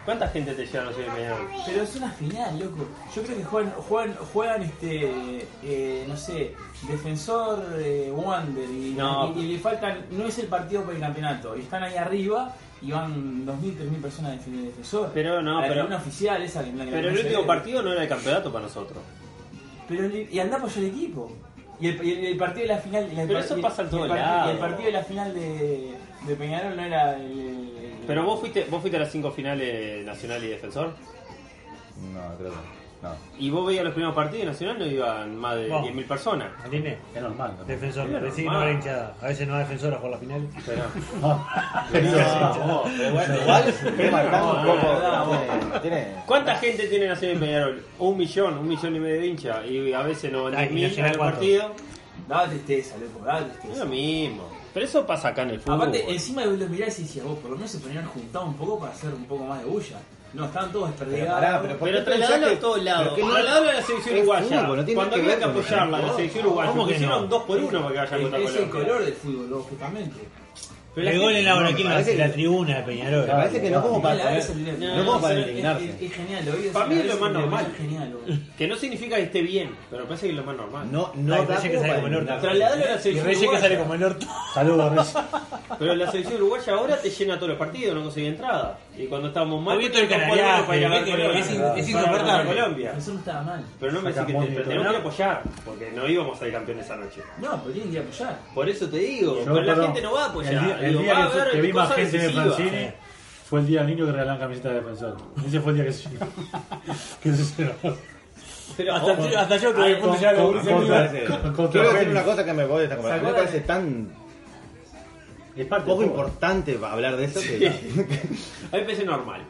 D: ¿Cuánta gente te lleva a Nacional Peñarol?
H: Pero es una final, loco. Yo creo que juegan, juegan, juegan este, eh, no sé, defensor eh, Wander y,
D: No.
H: y- y le faltan, no es el partido por el campeonato, y están ahí arriba y van 2.000, 3.000 personas de de defensor.
D: Pero no,
H: A la
D: pero-
H: tribuna oficial esa que en la que
D: Pero
H: no
D: el
H: se
D: último
H: ve.
D: partido no era el campeonato para nosotros.
H: Pero le- y andá por el equipo. Y el, y el- el partido de la final. y el
D: Pero
H: par-
D: eso
H: y el-
D: pasa en
H: y
D: todo
H: el partido-
D: lado.
H: y el partido de la final de, de Peñarol no era el. el-
D: Pero vos fuiste, vos fuiste a las cinco finales Nacional y Defensor.
B: No, creo que. no. No.
D: Y vos veías los primeros partidos de Nacional, no iban más de
G: Vamos.
D: 10.000 personas.
G: Martínez,
E: Es normal. ¿no?
G: defensor,
D: Bien,
G: decí que no
D: normal.
G: era hinchada. A veces no va defensora por la final.
D: Pero,
B: No, pero bueno, igual es un tema tan
D: No, no,
B: poco-
D: no,
B: tiene- tiene-
D: ¿Cuánta gente tiene Nacional y Peñarol? Un millón, un millón y medio de hinchas. Y a veces no van
G: Ay,
D: 10.000 en
G: Nacional,
D: el
G: ¿cuánto?
D: partido.
H: Daba tristeza, loco, daba
D: Es
H: tristeza.
D: lo mismo. Pero eso pasa acá en el fútbol.
H: Aparte, encima de los mirás y decías, vos por lo menos se ponían juntados un poco para hacer un poco más de bulla. No, estaban todos desperdigados.
B: pará, pero ¿por
D: Pero
B: qué
D: trasladalo
B: pensás
D: a todos
B: que-
D: lados.
B: pero que no-
D: Trasladalo a la selección
B: es
D: uruguaya.
B: fútbol, no tiene
D: Cuando
B: nada que
D: había que
B: ver con el
D: apoyarla, la
B: fútbol.
D: selección uruguaya.
G: ¿Cómo
D: Porque
G: que no?
D: hicieron dos por uno para que vayan contra
H: Es, es el
D: Colombia.
H: color del fútbol, loco, justamente.
G: Pero el gol en la hora, ¿quién lo hace? La tribuna de
B: Me
G: Peñarol.
B: parece que no como para
H: Mala,
D: eh.
B: poner-
H: es el-
B: no como para
H: es-
B: indignarse.
H: Es, es genial, lo vi.
D: Para mí es lo más
H: una vez
D: normal.
H: es genial, loco.
D: Que no significa que esté bien, pero me parece que es lo más normal.
B: No,
G: Ay,
B: no, da
G: parece que
B: como
G: sale
B: para
G: como el orto.
B: indignarse.
D: Trasladalo a la
G: Y
D: selección
G: Reyes que
D: uruguaya.
G: sale como el orto.
E: Saludos, Reyes.
D: Pero la selección uruguaya ahora te llena todos los partidos, no consigue entrada. Y cuando estábamos mal,
G: Está bien todo el
D: teníamos
G: canallá,
D: cuatro para ir a
G: que
D: Colombia.
G: es in-
D: Para
G: es
D: ir a
G: insoportable.
D: Colombia.
H: Eso no estaba mal.
D: Pero no me
E: Saca
D: decís que
E: moño
D: te,
E: y
D: te
E: todo.
D: tenemos que apoyar, porque no íbamos a ir campeón esa noche.
H: No, pero tienen que apoyar.
D: Por eso te digo,
E: Yo
D: pero la
E: recuerdo
D: gente no va a
E: El día,
D: apoyar.
E: el
D: Digo,
E: día
D: va a
E: que,
D: ver
E: que vi más
D: cosa
E: gente de
D: decisiva.
E: Francini fue el día del niño que regalaban camiseta de defensor. Ese fue el día que se que se llenó.
D: Pero
G: Hasta, yo- hasta yo tuve que
E: Con-
G: poner
E: con-
B: Yo
E: con-
B: quiero
E: con-
B: decir-
E: con-
B: quiero decir
E: con-
B: una cosa que me voy a destacar. A mí me
H: Sacó la-
B: parece tan
E: Es parte
B: poco
E: del juego.
B: importante para hablar de eso que
D: a mí me parece normal.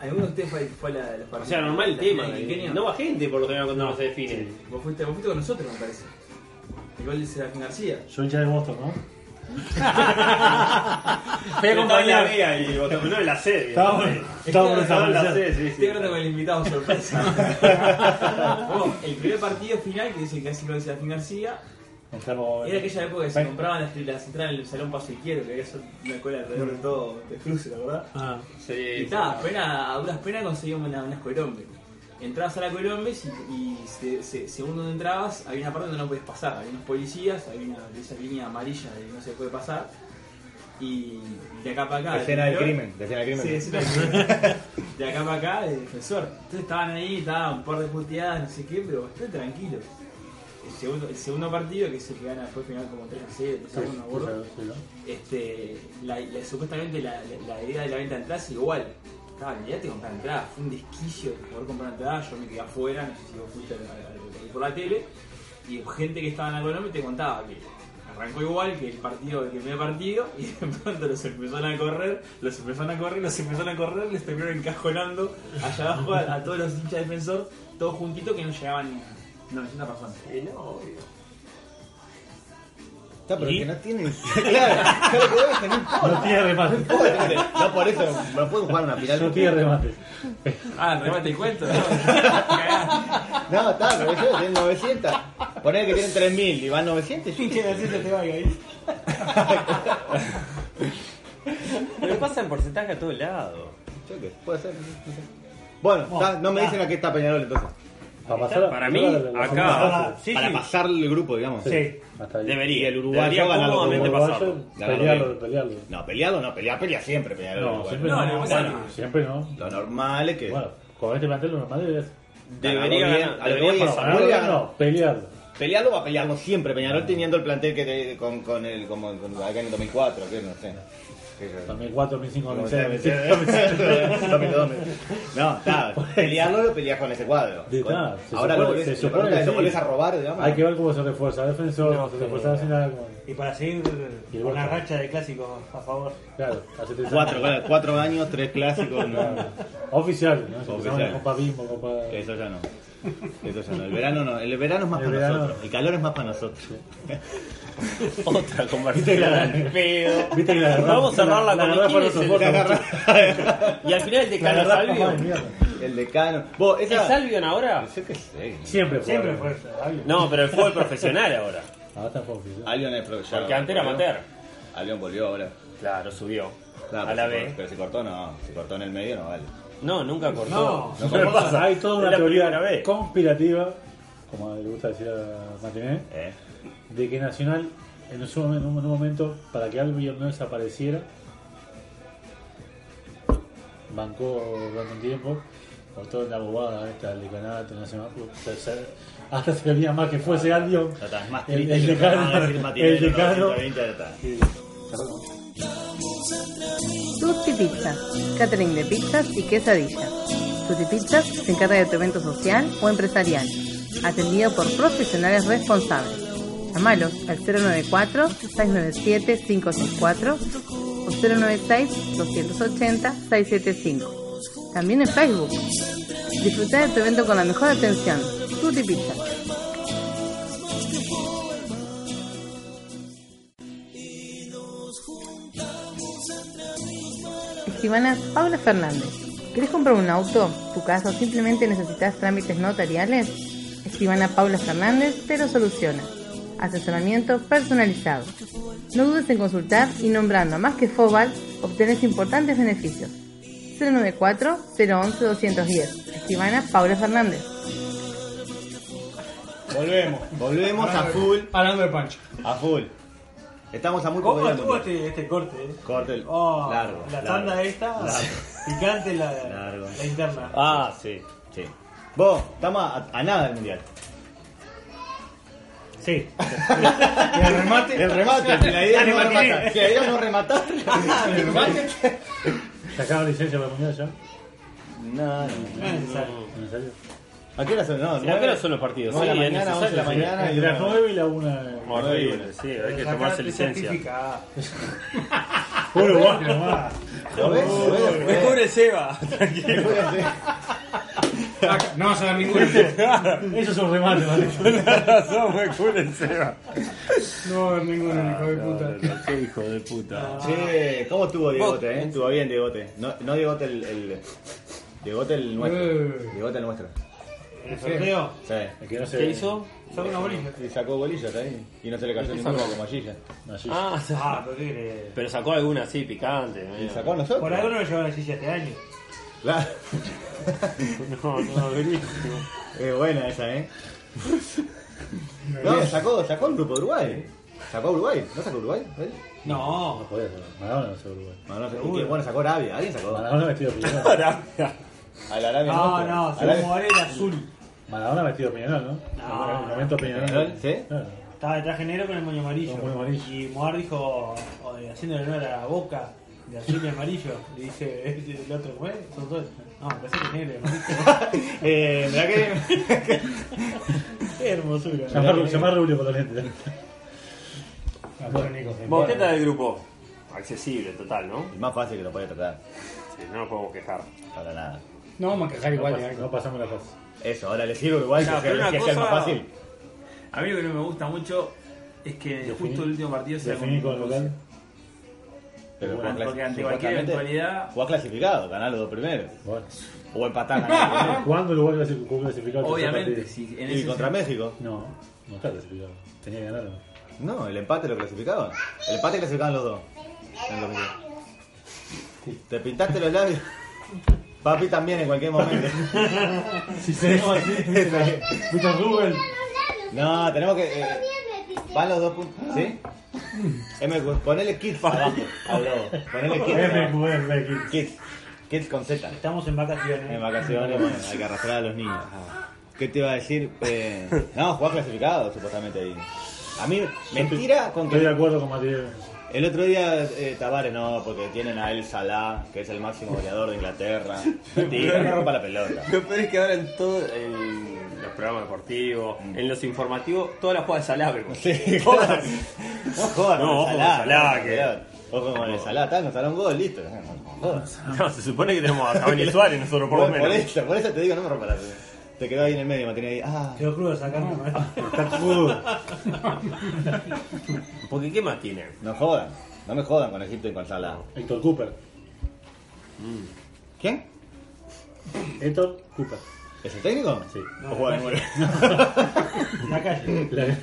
H: ¿Alguno de ustedes fue, fue a la, la
D: O sea, normal el tema.
H: ¿En
D: eh,
H: Kenia?
D: No va gente por lo general cuando no se define.
H: Vos fuiste, vos fuiste con nosotros, me parece. El gol de Serafín García.
E: Soy hincha de Boston, ¿no?
G: Voy a
D: Yo estaba en la
G: acompañar.
D: vea y vos no en la sede.
E: Estábamos estábamos en
D: Estaba
E: San
D: en la
E: Marcelo.
D: sede, sí,
H: Estoy
D: sí.
H: hablando con el invitado sorpresa. Bueno, el primer partido final que dice que hace el gol de Serafín García
E: Estamos-
H: Era aquella época que se
E: Ven.
H: compraban las, las entradas en el salón paso izquierdo, que había una cola alrededor de todo, de cruce, la verdad.
G: Ah,
D: Sí,
H: Y
B: Eh,
D: sí.
H: ta, apenas- a duras penas conseguíamos una- unas colombes. Entrabas a la colombes y, y se- se- según donde entrabas, había una parte donde no podías pasar. Había unos policías, había una, esa línea amarilla que no se puede pasar. Y de acá para acá.
B: escena del
H: defensor-
B: crimen, de escena del
H: Sí,
B: crimen.
H: escena del crimen. De acá para acá, de defensor. Entonces estaban ahí, estaban un par de puteadas, no sé qué, pero bastante tranquilo. El segundo, el segundo partido, que es el que gana después final como 3 a 0, 3 a 1, no me acuerdo
E: Sí, ¿no?
H: este, la, la- supuestamente la, la- la idea de la venta de entradas es igual. Estaba, mirá, te comprar entradas, fue un desquicio poder comprar entradas, yo me quedé afuera, no sé si vos fuiste al- al- al- por la tele, y gente que estaba en la Colombia te contaba que arrancó igual que el partido, que el primer partido, y de pronto los empezaron a correr, los empezaron a correr, los empezaron a correr, les terminaron encajonando allá abajo a, a todos los hinchas defensor, todos juntitos que no llegaban ni a 900 personas.
D: Y no, obvio.
B: Está, pero que no tienen. Claro, claro que voy a tener
E: No tiene remate.
B: No por eso no pueden jugar una final.
E: No tiene remate.
H: Ah, remate el cuento,
B: No, está, pero yo tienen 900. Poner que tienen 3000 y van 900. yo-
D: Pero pasa en porcentaje a todos lados.
B: yo qué sé, puede ser. no sé. Bueno, está, no me dicen a qué está Peñarol entonces.
E: Para, pasar,
D: Para mí, acá.
E: acá.
D: Sí,
B: Para
D: sí.
B: pasar el grupo, digamos.
G: sí.
E: Hasta ahí.
D: Debería.
B: Y el uruguayo
D: Debería
B: ganarlo como
D: cómodamente
E: Uruguayo,
D: pasarlo.
B: Ganarlo
E: Pelearlo,
B: bien.
E: pelearlo.
B: No, peleado no, pelea, pelea siempre Peñarol.
E: No,
B: bueno.
E: siempre
H: No,
E: no.
H: no pasa nada.
E: Siempre no.
B: Lo normal es que.
E: Bueno, con este plantel lo normal es
D: Debería
B: ganarlo bien.
D: ganar-
B: A lo que
D: debería
B: voy es,
D: pasar.
B: vuelve a
E: ganarlo, no, pelearlo.
B: Pelearlo va a pelearlo siempre, Peñarol teniendo el plantel que te- con, con el como con, acá en el 2004, que no sé. Que yo-
E: 2004, 2005,
B: como
E: 2006.
B: sea,
E: ¿eh?
B: No, está, pelearlo lo peleas con ese cuadro.
E: De
B: Con-
E: nada, Pues- se
B: ahora
E: supone-
B: lo volvés,
E: se
B: lo
E: supone
B: pregunta es,
E: que
B: ¿lo
E: sí.
B: volvés a robar, digamos.
E: Hay que ver cómo se refuerza. Defensor, se refuerza al final. como-
G: Y para seguir
E: Y
G: con la
E: Boca.
G: racha de clásicos a favor.
E: Claro, hace tres
B: Cuatro, claro, cuatro años, tres clásicos. no.
E: años. Oficial, ¿no? Si
B: Oficial.
E: empezamos la Copa Bimbo, Copa.
B: Eso ya no. Eso ya no. El verano no. El verano es más
E: El
B: para
E: verano.
B: nosotros. El calor es más para nosotros.
D: Otra conversación al pedo.
E: Viste que la agarramos.
D: Vamos a cerrarla
E: La
D: con
E: agarramos
D: quién
E: para
D: es el
E: nosotros,
D: Y al final el
E: La
D: decano
E: verdad, papá de
D: Salvio.
E: mierda.
B: El decano. Vos,
D: ¿Es
B: esa.
D: Salvion ahora?
B: Yo qué sé.
E: Siempre fue.
G: Siempre fue. Fabio.
D: No, pero el fútbol profesional ahora.
E: Ahora está fue oficial.
B: Alion es profesional.
D: Porque antes era amateur.
B: Alion volvió ahora.
D: Claro, subió.
B: Claro,
D: a
B: pero
D: la
B: si cor-
D: B.
B: Pero si cortó, no. Si cortó en el medio, no vale.
D: No, nunca cortó.
G: No.
B: No,
E: Pero
B: ¿cómo pasa?
E: Hay toda
D: Es
E: una
D: la
E: teoría
D: primera vez.
E: conspirativa, como le gusta decir a Martínez,
B: Eh.
E: de que Nacional en su momen- en un, momento, para que Albion no desapareciera, bancó durante un tiempo, por toda la bobada esta del decanato nacional, se- se- hasta se veía más que fuese Albion.
B: Ya está, es más
E: El,
B: triste
E: el
B: que lo que
E: decano,
B: van a decir Matinero,
E: el decano,
B: 920, ya está.
I: Tutti Pizza, catering de pizzas y quesadillas. Tutti se encarga de tu evento social o empresarial, atendido por profesionales responsables. Llámalos al 094-697-564 o 096-280-675. También en Facebook. Disfruta de tu evento con la mejor atención. Tutti Pizza. Estimada Paula Fernández, ¿querés comprar un auto, tu casa o simplemente necesitas trámites notariales? Estimada Paula Fernández te lo soluciona. Asesoramiento personalizado. No dudes en consultar y nombrando a más que Fobal obtenés importantes beneficios. 094-011-210. Estimada Paula Fernández.
B: Volvemos, volvemos a full,
G: Hablando de Pancho.
B: a full. Estamos a muy poco
G: ¿Cómo
B: del
G: estuvo
B: mundial.
G: este, este corte? eh?
B: Corte el-
G: Oh,
B: largo.
G: La
B: largo.
G: tanda esta. Picante la,
B: Largo.
G: la interna.
B: Ah, sí, sí. Vos, estamos a, a nada del mundial.
G: Sí. el remate.
B: El remate, si la idea
G: Ya
B: no
G: le matiné.
B: rematar. Si la idea no rematar. el remate.
E: ¿Sacaron licencia para el mundial ya?
B: No, no,
G: No es necesario.
E: ¿En serio?
B: no. ¿A qué hora son? No,
D: ¿A qué hora son los partidos?
B: Nueve de la
D: Sí, es
B: mañana, once de la
D: necesario, sí.
B: mañana y
E: Entre las
B: una-
E: 9 y la 1.
D: Bueno, ahí, bueno, sí, hay que tomarse licencia.
E: Puro guapo nomás.
B: ¿Lo ves?
D: Oh,
B: ¿Lo ves?
G: Me cubre Seba.
H: No vas a dar ninguna.
E: Eso es un remate, ¿vale?
D: razón, me cubre Seba.
G: No, ninguno, hijo de
D: Qué hijo de puta.
B: Che, ¿cómo estuvo Diegote? Eh? Estuvo bien Diegote. No, no Diegote el, el. Diegote el nuestro. Diegote el nuestro.
G: ¿El sorteo?
B: Sí.
E: El que no se
D: ¿Qué hizo?
G: Solo una bolilla.
B: Y sacó bolillas ahí. Y no se le cayó ninguna como allí
E: No, sí.
D: Ah,
G: Ah, pero qué crees.
D: pero sacó alguna así picante.
B: ¿Y
D: medio.
B: sacó a nosotros?
G: Por algo no lo llevó a la silla este año.
B: Claro.
D: No, no, buenísimo.
B: Es buena esa, ¿eh? No, sacó, sacó el grupo de Uruguay. Sacó a Uruguay. ¿No sacó a Uruguay? ¿Él?
G: No.
E: No podía ser. Maradona no se Uruguay.
B: No, no sé. ¿Y quién? Bueno, sacó Arabia. ¿Alguien sacó?
E: Maradona vestido piñón.
B: Al Arabia.
G: No,
B: nuestra.
G: no,
B: Arabia-
G: su jugador era azul.
E: Maradona vestido piñón, ¿no?
G: No.
E: En el momento piñón.
B: ¿Peñarol? ¿Sí?
E: Claro.
G: Estaba de traje negro con el moño amarillo.
E: Con el moño amarillo.
G: Y Moar dijo, o, eh, haciéndole honor a la boca de azul y amarillo. Le dice el- el otro, güey, son dos. No, me parece que es negro y amarillo.
B: Eh, mirá que.
G: Qué hermosura.
E: Llamar- Llamar Rubio con los lentes.
G: Ah, bueno, Nico.
D: Boteta del grupo. Accesible, total, ¿no?
B: Es más fácil que lo podía tratar.
D: Sí, no nos podemos quejar.
B: Para nada.
F: No vamos a quejar
E: No
F: igual.
E: pas-
F: ¿eh?
E: No pasamos la fase.
B: Eso, ahora le sirve Uruguay
D: Claro,
B: que sea-
D: pero una
B: que sea el más
D: cosa-
B: fácil.
H: A mí lo que no me gusta mucho es que
E: Definí-
H: justo el último partido sea
E: Definí con el local.
B: Pero
H: Bueno,
B: jugás
H: porque
B: clasi-
H: ante cualquier
B: supuestamente,
H: eventualidad-
B: jugás clasificado, ganás los dos primeros.
E: Bueno.
B: O empatás ganás los primeros.
E: ¿Cuándo Uruguay clasi- jugó clasificado? al tercer
H: Obviamente,
E: partido?
H: si en
B: ¿Y
H: ese
B: contra México?
E: No, no está clasificado. Tenía que ganar. ¿no?
B: No, el empate lo clasificaban. El empate clasificaban los dos. En los dos. Te pintaste los labios. Papi también en cualquier momento.
E: Si se dejó así, Mr. Google.
B: No, tenemos que. eh, van los dos puntos. ¿Sí? MQ, ponele kids abajo. al lobo. Ponele kids. abajo.
E: MQR,
B: Kids. Kids con Z.
G: Estamos en vacaciones.
B: En vacaciones, bueno, hay que arrastrar a los niños. ¿Qué te iba a decir? Eh, no, jugás clasificado, supuestamente ahí. A mí, mentira con
E: Estoy de
B: que.
E: acuerdo con Matías.
B: El otro día eh, Tavares no, porque tienen a El Salah, que es el máximo goleador de Inglaterra. Mentira, no rompa la pelota.
D: Lo peor es que ahora en todo en los programas deportivos, en los informativos, todas las jugadas salabre.
B: Sí, jodas. No jodas,
D: No,
B: no,
D: ojo
B: el
D: con
B: Salah.
D: Salah,
B: no,
D: que-
B: pelota. Ojo con el Salah, tal, nos un gol, listo. No, no jodas.
D: No, se supone que tenemos a Cavani y Suárez nosotros por lo
B: Bueno, por
D: menos.
B: eso, por eso te digo, no me rompa la pelota. Te quedó ahí en el medio, Martín, ahí. Ah,
G: Quedó crudo sacarme, ¿no?
B: está crudo.
D: Porque ¿qué más tiene?
B: No jodan, no me jodan con Egipto y con Salah.
E: Héctor Cooper.
B: ¿Quién?
E: Héctor Cooper.
B: ¿Es el técnico?
E: Sí.
B: O juega de nueve.
G: La calle.
E: La- la- el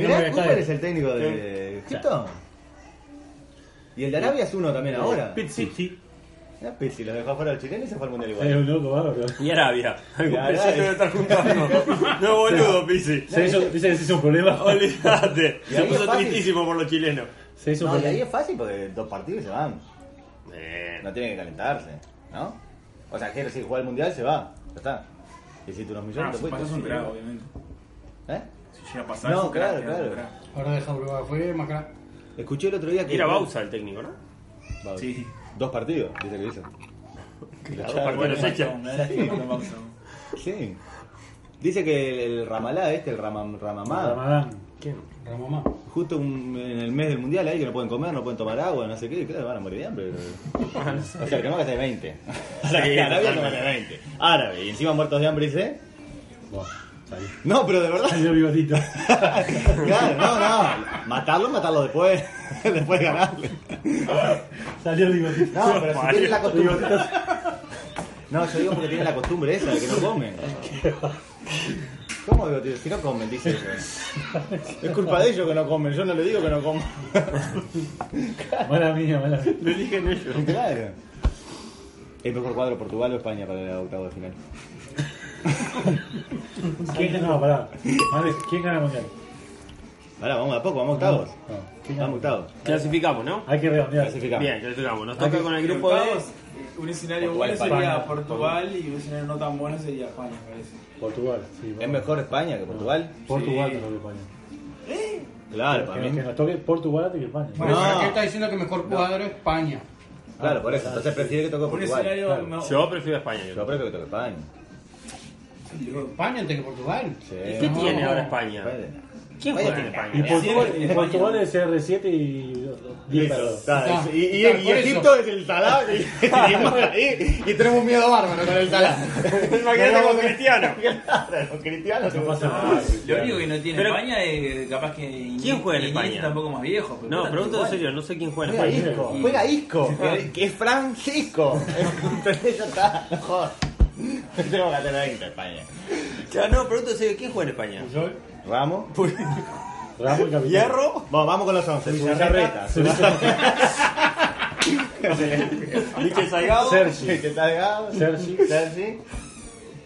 E: nombre
B: Mirá,
E: del
B: Cooper
E: estadio.
B: es el técnico de Egipto. Y el de Arabia es uno también ahora.
G: Sí, sí.
B: Mirá, Pizzi, los dejó fuera del chileno y se fue al mundial
E: Es
B: igual.
E: un loco bárbaro.
D: Y Arabia. Algún
B: Arabia.
D: pensé que debe estar juntando. No, boludo, Pisi.
E: Se hizo, dice que se hizo un problema.
D: Olvídate.
B: Y
D: Se
B: ahí es
D: puso
B: fácil.
D: tristísimo por los chilenos.
E: Se hizo un
B: No, y ahí
E: problema.
B: es fácil porque dos partidos y se van.
D: Eh,
B: No tiene que calentarse, ¿no? O sea, quiere decir, jugar el mundial se va, ya está. Y si tú unos
H: Ah,
B: millones te
H: si
B: fuiste.
H: pasas un trago, obviamente.
B: ¿Eh?
H: Si llega a pasar,
B: No,
H: es un crack,
B: claro,
H: queda un
B: claro.
H: crack.
F: Ahora deja Uruguay afuera, más acá.
B: Escuché el otro día que.
D: Era Bausa el técnico, ¿no?
B: Bausa.
H: Sí.
B: Dos partidos, dice que hizo.
D: Las dos partes nos echan.
B: Sí. Dice que el, el Ramalá este, el Ramam, Ramamá,
E: Ramadán.
F: Ramamá.
B: justo un- en el mes del mundial ahí que no pueden comer, no pueden tomar agua, no sé qué, y claro, van a morir de hambre. o sea, que no gasté 20. o sea, que Arabia no gasté 20. Árabe, y encima muertos de hambre dice.
E: Bueno, ahí.
B: No, pero de verdad.
E: Salió bigotito.
B: claro, no, no. Matarlo, matarlo después. después de ganarle.
E: Salió bigotito.
B: No, pero si tienen la costumbre. No, yo digo porque tienen la costumbre esa de que no comen. ¿Cómo digo, tío? Si no comen, dice eso. Es culpa de ellos que no comen, yo no le digo que no coman.
E: Mala mía, mala mía.
D: Lo eligen ellos.
B: Claro. El mejor cuadro Portugal o España para el octavo de final.
E: ¿Quién gana? No, pará. Madre, ¿quién gana el mundial?
B: Ahora, vamos a poco, vamos a octavos.
E: No, ¿quién
B: Vamos a
E: gana?
B: octavos.
D: Clasificamos, ¿no?
E: Hay que redondear.
B: Clasificamos.
D: Bien, clasificamos. Nos toca con el grupo
H: de
D: de.
H: octavos, eh, un escenario
B: Portugal,
H: bueno sería
B: España.
H: Portugal y un escenario no tan bueno sería España, me parece.
E: Portugal. Sí,
B: ¿Es
E: vamos.
B: mejor España que Portugal?
E: Portugal que toque España.
B: Claro, para
E: Que, que
B: mí.
E: nos toque Portugal antes que España.
F: Bueno,
B: No.
F: ¿para ¿qué está diciendo que mejor cuadro es España?
B: Claro, por eso. Entonces prefiero que toque
H: Un
B: Portugal.
H: escenario
E: claro.
H: no-
D: Yo prefiero España. yo.
B: Yo prefiero que toque España.
F: España antes que Portugal.
B: Sí.
D: ¿Qué tiene ahora España?
B: España.
D: ¿Quién juega en España?
E: Y Portugal,
B: Siempre-
E: y Portugal es CR7 y 10 para dos.
B: Claro,
F: Ah,
B: y, y-
F: claro,
B: y
F: por
B: Egipto es el Salah y, y, ahí, y tenemos un miedo bárbaro con el Salah.
D: Imagínate con Cristiano.
B: Claro, los cristianos se
E: pasa
B: pasan.
E: nada.
H: Lo único que no tiene
D: Pero-
H: España es capaz que. Iñi-
D: ¿Quién juega en
H: Iñiesta
D: España?
H: tampoco más viejo. pero
D: No,
H: puta,
D: pregunto en
H: Portugal.
D: serio, no sé quién juega en
B: Juega
D: España.
B: Isco, juega Isco, que- que es Francisco. Entonces ya está, no jodas. Tenemos que hacer 20 en España.
D: Ya, no, pregunto en serio, ¿quién juega en España?
B: Vamos.
E: Ramos y capitán.
B: Hierro. Bueno, vamos con los 11. Pizarreta.
D: Michel Salgado,
E: Sergi.
B: Que está Delgado.
E: Sergi.
B: Sergi.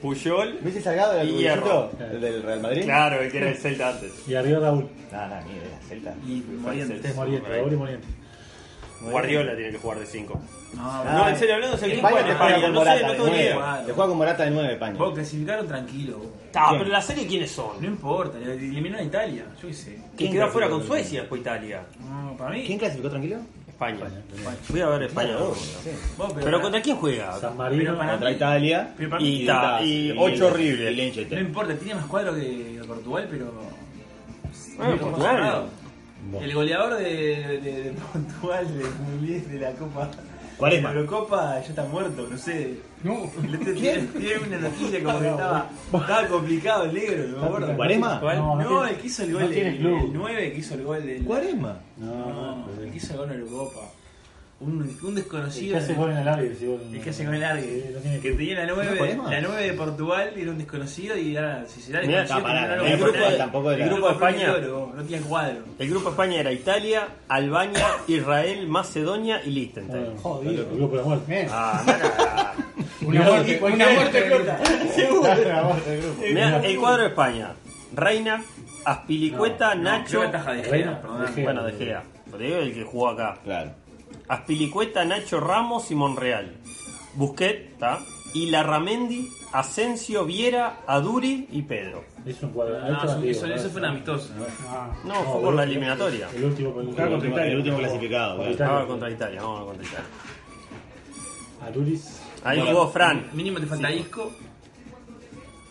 D: Puyol.
B: ¿Viste Salgado del
D: Y Hierro.
B: Rubicito? ¿El del Real Madrid?
D: Claro, el que era el Celta antes.
E: Y arriba Raúl.
B: No, no, ni idea, Celta.
H: Y Morientes.
E: Es Moriente. Raúl y Moriente.
D: Guardiola tiene que jugar de 5.
H: No,
B: Ah,
D: No, en serio, hablando, no sé quién juega en
B: te juega
D: España.
B: con
D: No sé,
B: Morata
D: no
B: de
D: tengo ni
B: nueve.
D: idea.
H: idea.
B: Te juega con Morata de 9 España.
H: Vos clasificaron tranquilo. vos.
D: Ah, pero la serie, ¿quiénes son?
H: No importa, eliminó a Italia, yo qué sé.
D: Que quedó fuera con Suecia, después Italia.
H: No, para mí.
B: ¿Quién clasificó tranquilo?
D: España. Voy a ver España.
H: vos, pero
D: Pero
H: para-
D: ¿contra quién juega?
E: San Marino.
H: Pero para-
B: Contra Italia.
H: pero para mí-
D: Y, ta- y
B: Y-
D: 8
B: Y
D: horrible.
B: Linchester.
H: No importa, tiene más cuadro que Portugal, pero.
E: Ah,
D: Bueno,
H: pero
D: Portugal.
H: nada.
E: Bueno.
H: El goleador de, de- de Portugal de Mundiel de la Copa.
B: Cuaresma.
H: De la Eurocopa ya está muerto, no sé.
F: No.
H: El otro tiene, tiene una noticia como que
E: Ah,
H: estaba, estaba complicado el negro, no me acuerdo.
B: ¿Cuaresma?
H: No,
E: No, no
H: el que hizo el gol,
E: no tiene
H: el,
E: club.
H: 9 que hizo el gol del.
B: ¿Cuaresma?
E: No,
H: No,
E: no.
H: el que hizo el gol en Europa. Un, un
E: Y
H: desconocido.
E: casi gol en el área. si vos-
H: El que hace con el eh,
E: Sí, no
H: Argue.
E: tiene-
H: Que tenía la
B: ¿No
H: 9,
B: podemos?
H: la 9 de Portugal, era un desconocido y era, si será
D: Mirá,
H: desconocido.
B: está parada,
H: tenía una
B: mirá,
H: nueva
B: Portugal
H: Portugal.
B: tampoco era.
H: El grupo de
D: España.
H: España. Ah, No tenía cuadro.
D: El grupo de España era Italia, Albania, Israel, Macedonia y Liechtenstein.
E: Bueno, Jodido. El grupo de la muerte.
F: Bien.
D: Ah, mira.
F: Una muerte, una muerte
H: pelota.
D: Mirá, el cuadro de España. Reina, Aspilicueta, Nacho.
H: Creo que ataja de Gea,
E: Reina,
H: perdón.
E: de Gea.
D: Bueno, de Gea. Pero digo el que jugó acá.
B: Claro.
D: Aspilicueta, Nacho Ramos y Monreal. Busquet, ¿tá? Y Larramendi, Asensio, Viera, Aduri y Pedro.
E: Es un cuadro.
H: No, eso,
E: alternativo,
H: eso,
E: ¿no?
H: eso fue un amistoso.
F: Ah,
D: No, fue por la eliminatoria.
E: El último, el último,
B: El último, el último clasificado. claro.
E: Contra Italia.
D: Vamos contra Italia, vamos contra Italia.
E: Aluris.
D: Ahí jugó Fran.
H: Mínimo te falta Isco.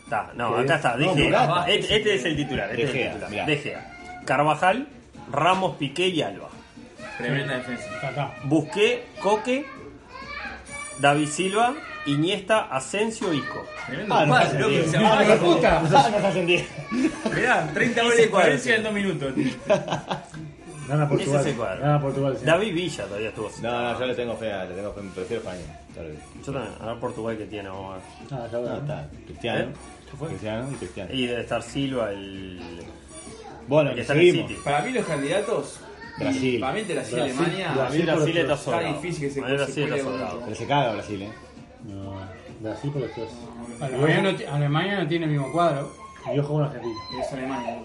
D: Está, no, acá está, De
B: No,
D: Gea.
B: Morata.
D: este, este es el titular. Este
B: De Gea,
D: es el
B: mirá.
D: titular. De Gea. Carvajal, Ramos, Piqué y Alba.
H: Tremenda defensa.
F: está, está.
D: Busqué, Coque, David Silva, Iniesta, Asensio, Isco.
H: Tremendo
B: Ah, no
H: cuadro,
B: se
H: loco,
B: ascendieron.
H: se
B: Ah,
H: apaga.
B: no se ascendieron.
H: Mirá, 30
D: Ese
H: goles de
D: cuadro,
H: coherencia
D: sí.
H: en 2 minutos.
E: Gana
D: Ese
E: Portugal.
D: es el cuadro.
E: Gana Portugal. sí.
D: David Villa todavía estuvo.
B: No, no, yo le tengo fe, a- le tengo fe, prefiero España. Ya lo dije.
D: Yo también, a ver Portugal que tiene. vamos a ver.
E: Ah, ya
B: No,
E: va.
B: está. Cristiano.
D: ¿Eh?
B: Cristiano y Cristiano.
D: Y debe estar Silva, el.
B: Bueno,
D: el
B: y
D: que está en el
B: seguimos.
D: City.
H: Para mí los candidatos.
B: Brasil.
H: Para mí entre Brasil y
E: Brasil,
H: Alemania.
D: Brasil, Brasil está sobrado.
H: difícil que se-
D: Para mí Brasil
H: se
D: está
H: cuele
D: sobrado.
B: Pero se caga Brasil, ¿eh?
E: No, Brasil por los tres.
F: Alemania no, ti- Alemania no tiene el mismo cuadro.
E: Y yo juego en Argentina.
H: Es Alemania.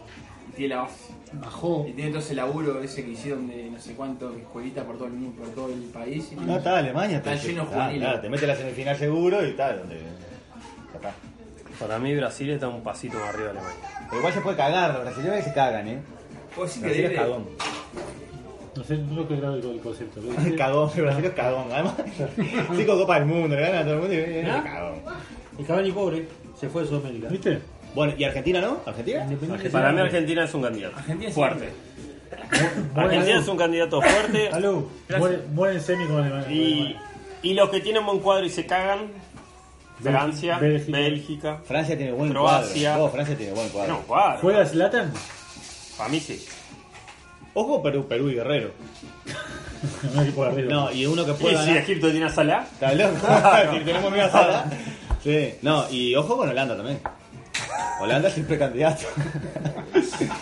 H: Y tiene la base.
F: Bajó.
H: Y tiene todo ese laburo ese que hicieron de no sé cuánto que jueguita por todo el mundo, por todo el país. Y
B: No, está Alemania.
H: Está
B: pero-
H: lleno
B: Ah,
H: juvenil.
B: Claro, te mete la semifinal seguro y tal. Donde... ya está.
D: Para mí, Brasil está un pasito más arriba de Alemania.
B: Pero igual se puede cagar, los brasileños se cagan, ¿eh?
H: Vos decís que
B: Brasil es
H: debe-
B: cagón.
E: No sé, no lo que era el, el concepto. pero es que-
B: Cagón, el brasileño es cagón. Además, cinco copas del mundo, le ganan a todo el mundo y viene cagón.
G: El Cavani pobre se fue de Sudamérica.
E: ¿Viste?
B: Bueno, ¿y Argentina no? ¿Argentina?
G: Independiente
D: Para mí
G: de-
D: Argentina es un candidato.
H: Argentina es
D: fuerte. Argentina es un candidato fuerte.
G: Aló.
E: Muere, muere en semi con Alemania.
D: Y, y los que tienen buen cuadro y se cagan, Francia,
E: Bélgica.
D: Bélgica.
B: Francia tiene buen
D: Croacia.
B: cuadro. Oh, Francia tiene buen cuadro.
D: No, cuadro.
E: ¿Juega Zlatan?
D: Para mí sí.
B: Ojo Perú, Perú y Guerrero.
E: Un equipo de arriba.
B: No, y uno que
D: Y
B: pueda
D: si
B: ganar.
D: Egipto tiene a Salah,
B: ¿Estás loco? Si tenemos una sala. Sí. No, y ojo con Holanda también. Holanda siempre candidato.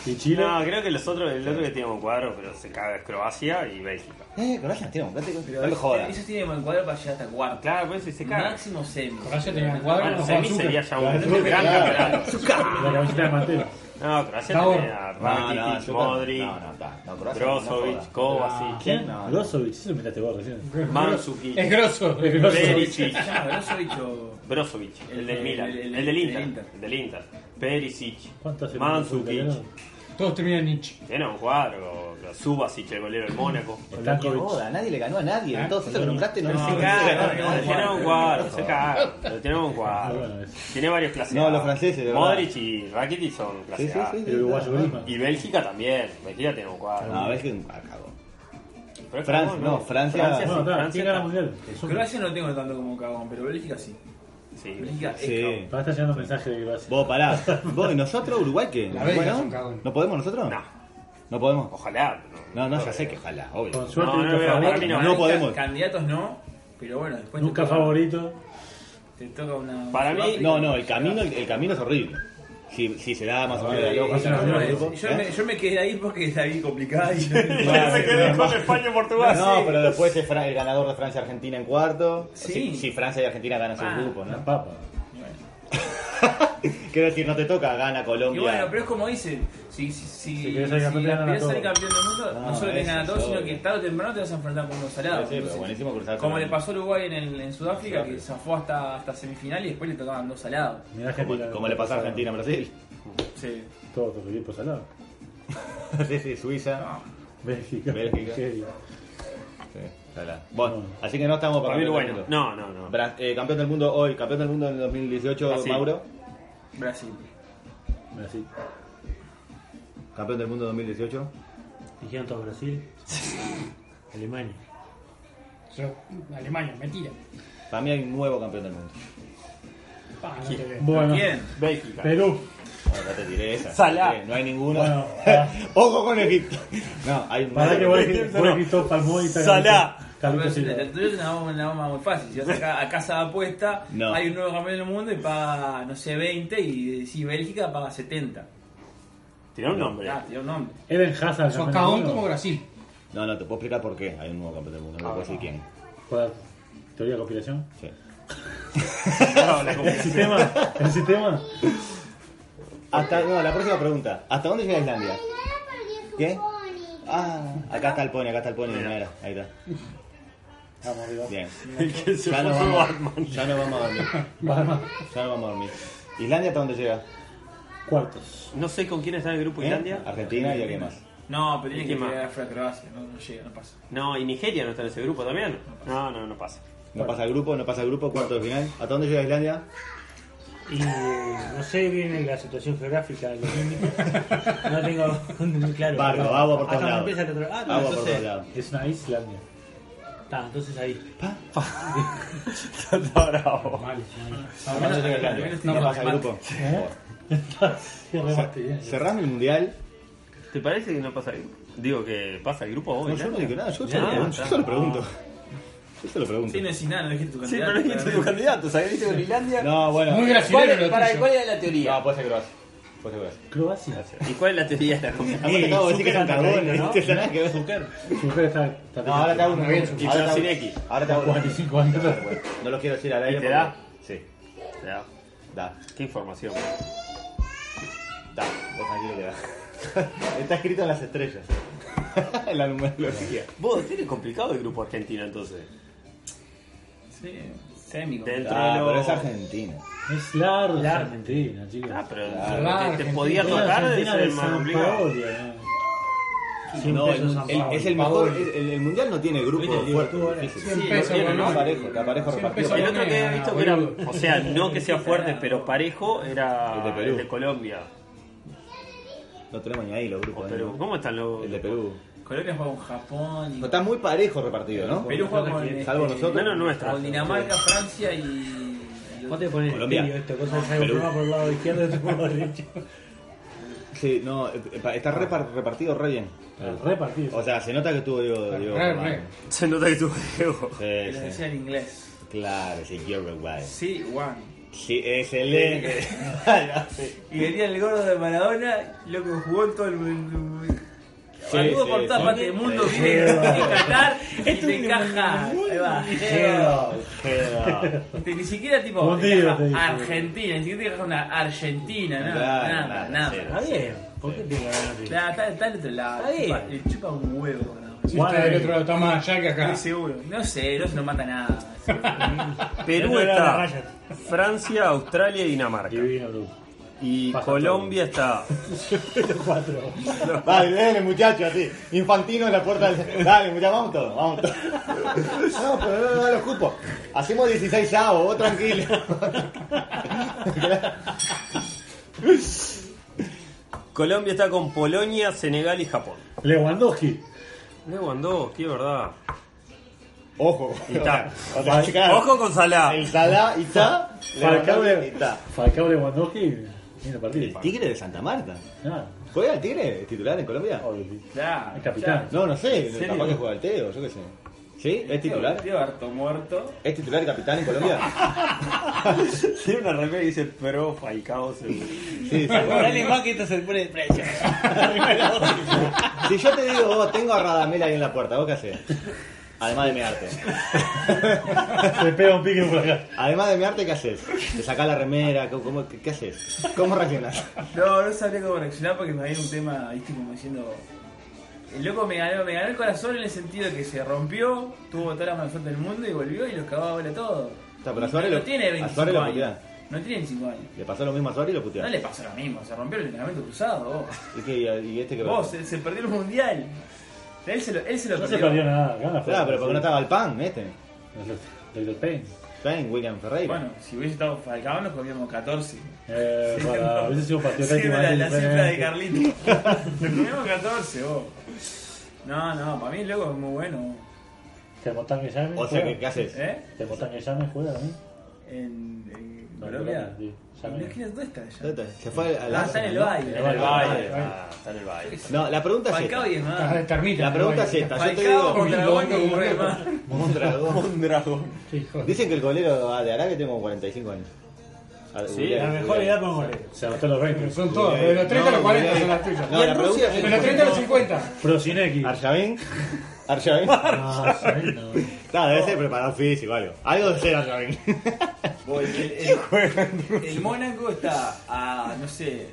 E: ¿Y Chile?
D: No, creo que los otros, el otro que tiene un cuadro, pero se caga es Croacia y Bélgica.
B: eh, Croacia tiene un platico. No me jodas.
H: Ellos tienen buen cuadro para llegar hasta cuarto.
D: Claro, por eso se caga.
H: Máximo semi.
F: Croacia tenía cuadro,
D: Bueno,
F: no
D: semi
F: jugaba
D: sería ya un
E: Claro.
D: gran campeonato.
E: La camiseta de Mantero.
D: No, Croacia
F: Ahora.
D: tenía
B: No, no,
D: Rakitic,
B: yo-
D: Modric,
B: No, no, está. No, Croacia. no
D: Brozovic,
B: joda.
D: Kovacic,
E: ¿Quién?
B: No, no.
E: Brozovic, eso miraste vos recién.
D: Mandzukic,
F: Es grosso.
D: Perisic,
H: Se llama Brozovic o-
D: Brozovic, el
H: El-
D: del
H: el-
D: Milan,
H: el-
D: el
H: el-
D: del
H: el
D: Inter,
H: Inter.
D: el del Inter, Perisic,
E: ¿Cuánto hace?
D: Mandzukic,
F: Todos terminan en Nietzsche.
D: tiene un cuadro, Subasic, el golero del Mónaco.
B: No
E: Stankovic.
B: joda, nadie le ganó a nadie.
E: Ah,
B: Entonces lo
E: perdón.
B: nombraste y no
D: No,
B: no,
D: se caga, no, lo tiene un cuadro, se caga, lo tiene un
E: Ah,
D: cuadro.
E: bueno, es-
D: Tiene varios clases.
B: No,
D: A.
B: los franceses, de
D: Modric y Rakitic son
B: Sí,
D: clase
B: sí,
D: A.
B: sí.
E: El uruguayo Grima.
D: Y Bélgica también. Bélgica tiene un cuadro.
B: No, ves que un cagón.
D: Pero es
B: Fran-
D: cagón,
B: no, Francia-
D: Francia,
E: Bueno,
D: sí,
E: está,
D: Francia
E: ¿quién gana el
D: está-
E: mundial? Es un-
H: Croacia no lo tengo tanto como cagón, pero Bélgica sí.
D: Sí, Bélgica.
H: Bélgica es
B: Sí.
H: cagón.
E: Para estar llegando mensaje de que va a ser.
B: Vos pará. Vos y nosotros, Uruguay, ¿qué?
F: La Bélgica es un
B: Bueno,
F: cagón.
B: ¿no podemos nosotros?
D: No.
B: No podemos.
D: Ojalá.
B: No, no, ya sé que ojalá, obvio.
E: Con suerte,
D: No, no,
E: nunca
D: no, para mí
E: favorito.
D: no.
B: No podemos.
H: Candidatos no, pero bueno, después
E: Nunca
H: te toca,
E: favorito.
H: Te toca una.
D: Para mí-
B: No, no, el camino, el, el camino es horrible. Si, si se da más o menos la loca.
E: es una
B: ¿no?
E: mierda.
B: el grupo,
H: Yo,
B: ¿eh?
H: me, yo me quedé ahí porque la vi complicada y.
B: Claro,
D: se quedó
B: no.
D: con España y Portugal.
B: No, pero después es Fra- el ganador de Francia-Argentina en cuarto.
H: Sí.
B: Si, si Francia y Argentina ganan
H: Ah.
B: su grupo,
E: La
B: ¿no?
E: papa.
B: Quiero decir, no te toca, gana
H: y
B: Colombia.
H: bueno, pero es como dicen: si, si, si,
E: Si querés ser campeón, te ganan a
H: aspirás a ser
E: todos.
H: campeón del mundo,
B: No,
H: no, solo te
B: Ah, eso
H: ganan a todos,
B: es
H: sino
B: obvio.
H: que tarde o temprano te vas a enfrentar con unos salados.
B: Sí, sí, pero
H: Entonces,
B: buenísimo cruzarse
H: como
B: con-
H: le pasó a Uruguay en, el, en Sudáfrica,
B: Sudáfrica.
H: que zafó hasta, hasta semifinal y después le tocaban dos salados.
E: Mirá Argentina.
B: Como, como le pasa a Argentina a Brasil.
H: Sí.
E: Todos los equipos al lado.
B: sí, sí, Suiza.
E: Bélgica.
B: Bélgica.
E: Nigeria.
B: Sí, ojalá. Bueno, así que no estamos
D: Para mí,
B: campeón del
D: bueno.
B: mundo.
D: No, no, no.
B: Bra- eh, campeón del mundo hoy, campeón del mundo en el 2018,
H: Ah,
D: Brasil.
B: Mauro.
H: Brasil.
E: Brasil.
B: Campeón del mundo 2018.
G: Dijeron todos Brasil. Alemania.
F: Yo, Alemania, mentira.
B: Para mí hay un nuevo campeón del mundo.
F: Pa, no te veo.
E: Bueno.
H: ¿Quién?
D: Bélgica.
E: Perú.
B: Bueno, ya te tiré esa.
D: Salah.
B: Sí, No hay ninguno.
E: Bueno, ah.
B: Ojo con Egipto. No, hay un
E: Para que
B: nuevo.
E: vos Cristo Palmó y
D: Salah.
E: Carlitos
H: Pero
E: Silva.
H: la tuya es una bomba, una bomba muy fácil. Si vas acá a casa de apuesta,
B: No.
H: hay un nuevo campeón del mundo y paga, no sé, 20 y si Bélgica paga 70.
D: Tirá un nombre.
H: Ah, tiene un nombre.
E: Eden Hazard.
F: Sos
E: campeón
F: cagón
E: del
F: como
E: mundo.
F: Brasil.
B: No, no, te puedo explicar por qué hay un nuevo campeón del mundo. No puedo decir quién.
E: Por la teoría de conspiración.
B: Sí.
D: No, la
E: El sistema. El sistema.
B: Hasta, no, la próxima pregunta. ¿Hasta dónde llega Islandia? ¿Qué? Ah, acá está el pony, acá está el pony. mira, mira, ahí está.
E: Vamos arriba.
B: Bien.
D: El que se
B: Ya
D: fue
B: no
D: fue
B: vamos,
D: Batman.
B: ya no vamos a dormir.
E: Vamos.
B: Ya no vamos a dormir. ¿Islandia hasta dónde llega?
E: Cuartos.
D: No sé con quién está en el grupo
B: ¿Eh?
D: Islandia.
B: Argentina y alguien más.
H: No, pero tiene
D: ¿Y
H: que
D: quién más?
H: llegar a Croacia, no, no llega, no pasa.
D: No, y Nigeria no está en ese grupo también. No, no, no pasa.
B: No pasa el grupo, no pasa el grupo, cuarto de final. ¿Hasta dónde llega Islandia?
G: Y no sé bien la situación geográfica de los límites. No tengo claro.
B: Barro,
G: pero
B: agua por todos
G: hasta
B: lados.
G: donde empieza el otro- Ah, no,
B: Agua por
G: entonces-
B: todos lados.
E: Es una Islandia.
G: Está, Ah, entonces ahí.
D: Está bravo.
F: Vale, vale.
B: ¿Hasta dónde llega Islandia? No pasa el grupo.
E: Sí, remaste bien.
B: Cerrame el mundial.
D: ¿Te parece que no pasa el grupo? Digo que pasa el grupo vos,
B: No, yo no
D: Islandia?
B: digo nada, yo
D: Ya,
B: solo, pregunto,
D: está.
B: yo solo pregunto. Yo solo pregunto.
H: Sí, no decís nada, no dijiste tu
D: Sí, pero
H: candidato.
D: no dijiste tu
H: claramente.
D: candidato, ¿sabés? Dice con Islandia.
B: No, bueno.
F: Muy
D: ¿Cuál
F: brasileño
D: es-
F: lo
D: para, ¿Cuál
F: tuyo.
D: era la teoría?
B: No, puede ser Croacia. Puede ser Croacia.
E: Croacia.
D: ¿Y cuál es la teoría de la cosa?
B: Además, te acabo de decir que es un cagón, ¿no? ¿Viste? Nada que ver.
E: Su mujer está. está
B: No, ahora te hago una
F: Muy bien,
B: pregunta.
D: y
B: Ahora te hago-
D: Trosinecki.
B: Ahora te hago una
E: 45 años.
B: pregunta. No lo quiero decir al aire.
D: ¿Y te
B: porque-
D: da?
B: Sí,
D: Ya,
B: da.
D: ¿Qué información?
B: Da. Vos tranquilo que da. Está escrito en las estrellas. En la numerología.
D: Vos, tiene complicado el grupo argentino entonces.
H: Sí, semi.
D: Dentro
B: Ah,
D: de lo...
B: pero es Argentina.
E: Es larga. Argentina, chicos.
D: Ah, pero
F: Claro,
D: te- te,
F: Argentina.
D: podía
E: Es la
D: tocar
E: Argentina
D: de
E: de
D: ser más
E: San
D: complicado.
E: Paoli, ¿no?
B: No, el,
F: pesos San
B: el-
F: Pablo.
B: es el mejor. es- el, el mundial no tiene grupo
H: Viste, el
B: fuerte.
H: Liverpool,
B: difícil.
F: Cien
D: Sí,
F: pesos,
D: no tiene,
B: Está
D: no,
F: boludo.
B: parejo, está parejo
F: Cien
B: repartido.
F: pesos.
D: El otro que he visto que era, o sea, no que sea fuerte, pero parejo,
B: El
D: era
B: de
D: el de,
B: Perú.
D: Colombia.
B: No tenemos ni ahí los
D: O
B: grupos. ¿eh?
D: Perú. Oh, ¿Cómo están los.?
B: El de Perú.
H: Colombia juega con Japón. y-
B: No, está muy parejo repartido, ¿no?
H: Perú juega con.
B: Salvo
H: este,
B: nosotros.
D: Menos nuestra.
H: Con Dinamarca, Francia y. y
G: Vos te pones
B: Colombia.
G: el esto, cosa que sale
B: Perú.
G: un programa por el lado izquierdo y otro por el lado derecho.
B: Sí, no, eh, pa- está repar- repartido re bien.
E: Repartido.
B: O sea, se nota que estuvo Diego. Diego
F: re,
B: Román.
F: re.
D: Se nota que tuvo Diego.
H: Les
B: Sí, sí.
H: decía en inglés.
B: Claro, sí, Uruguay.
H: Sí, Juan.
B: Sí, excelente. Sí.
H: Y venía el gordo de Maradona, lo que jugó en todo el mundo.
B: Sí,
H: Saludos
B: sí,
H: por todas
B: sí.
H: partes del mundo,
B: Sí.
H: viene de Qatar y te encaja. Ahí va.
B: Queda.
H: Este, Ni siquiera tipo
E: Hundido,
H: encaja
E: te dice.
H: Argentina, ni siquiera te encaja una Argentina, nada,
B: Claro,
H: nada,
B: nada, cero.
H: nada.
G: Está bien, ¿por qué tiene que haber así?
H: Claro, está, está del otro lado,
G: Está bien.
H: chupa- le chupa un huevo. ¿no?
F: Si está del otro lado, está más allá que acá.
H: Estoy seguro. No sé, no se nos mata nada.
D: Perú
E: Dentro de la
D: está.
E: raya.
D: Francia, Australia y Dinamarca.
E: Divino grupo.
D: Y
E: Pasa
D: Colombia está.
E: Cuatro.
B: Dale, dale, muchacho, así. Infantino en la puerta del. Dale, muchacho, vamos todos, vamos todos. No, pero no, no, no los cupos. Hacemos 16 chavos, vos tranquilo.
D: Colombia está con Polonia, Senegal y Japón.
E: Lewandowski.
D: Lewandowski, verdad.
B: Ojo.
D: Y está.
B: O sea, claro,
D: Ojo con Salah.
B: El Salah y está.
E: Falcao,
B: Lewandowski y está.
E: Falcao Lewandowski. Mira
B: El
E: partido.
B: Tigre de Santa Marta.
E: Nada.
B: ¿Juega el Tigre titular en Colombia?
E: obvio, sí.
H: Claro,
E: El capitán.
B: No, no sé,
H: ¿En serio?
B: capaz que juega el Teo, yo qué sé. ¿Sí? ¿Es titular?
H: Tío harto muerto.
B: ¿Es titular y capitán en Colombia?
D: Tiene una remera que dice Pro Falcao.
B: Sí, sí.
G: Dale más que esto se pone de precio.
B: Si yo te digo, vos tengo a Radamel ahí en la puerta, ¿vos qué haces? Además de mearte.
E: Se pega un pique por acá.
B: Además de mearte, ¿qué haces? ¿Te sacás la remera? ¿Cómo, cómo- qué, qué haces? ¿Cómo reaccionás?
H: No, no sabría cómo reaccionar porque me había un tema, viste, como diciendo. El loco me ganó, me ganó el corazón en el sentido de que se rompió, tuvo toda la mala suerte del mundo y volvió y los cagaba a bola a todo.
B: sea, pero a
H: Y
B: Suárez
H: no,
B: lo-
H: tiene
B: a
H: 25
B: Suárez lo
H: años.
B: putean.
H: No tiene 25 años.
B: Le pasó lo mismo a Suárez y lo puteó.
H: No le pasó lo mismo, se rompió el ligamento cruzado. Vos,
B: ¿Y, qué, y este que
H: Vos, se, se perdió el mundial. Él se lo, él se lo
E: No se
H: perdió.
E: perdió nada. Gana,
B: Claro, pero porque no estaba el pan, este.
E: De los Payne.
B: Está en William Ferreira.
H: Bueno, si hubiese estado Falcao nos comíamos 14.
E: Eh, para, a veces sido un partido
H: Sí,
E: táctico
H: la,
E: antes
H: la
E: del
H: cifra de
E: penalti.
H: Carlitos. Nos comíamos 14, vos. No, no, para mí el loco es muy bueno.
E: Te montan que llame.
B: O sea,
E: juega.
B: que, ¿qué haces?
H: ¿Eh?
E: Te montan que llame, juega, ¿eh?
H: En, en
E: No,
H: Colombia.
E: Colombia, sí. Ya
H: ¿Y
E: me-
H: no quién- ¿Dónde está ella?
B: Se fue al...
H: Ah, está en el baile.
E: En el
D: Valle, ah, está en el Valle.
B: No, la pregunta es
H: Falcao y
B: esta.
H: es
F: Está de
H: más.
F: termita.
B: La pregunta
F: ¿no?
B: es esta. Yo te
H: Falcao
B: digo...
H: contra Boca como rey más.
B: Mondragón.
F: Sí, hijo de-
B: Dicen que el golero de Arabia tiene como 45 años. A-
D: Sí,
B: Julián,
G: La mejor
B: Julián.
G: edad con goles.
E: Se anotó los 20.
F: Pero son todas. De los 30 a los 40 son las tuyas.
B: No, la pregunta
F: De los 30 a los 50.
E: Prosinecki.
B: Arshavin. Arshavin.
E: Ah, sí, no.
B: Claro, debe ser preparado físico, algo. Algo de ser Arshavin.
H: Voy, el, el, el Mónaco está a, no sé,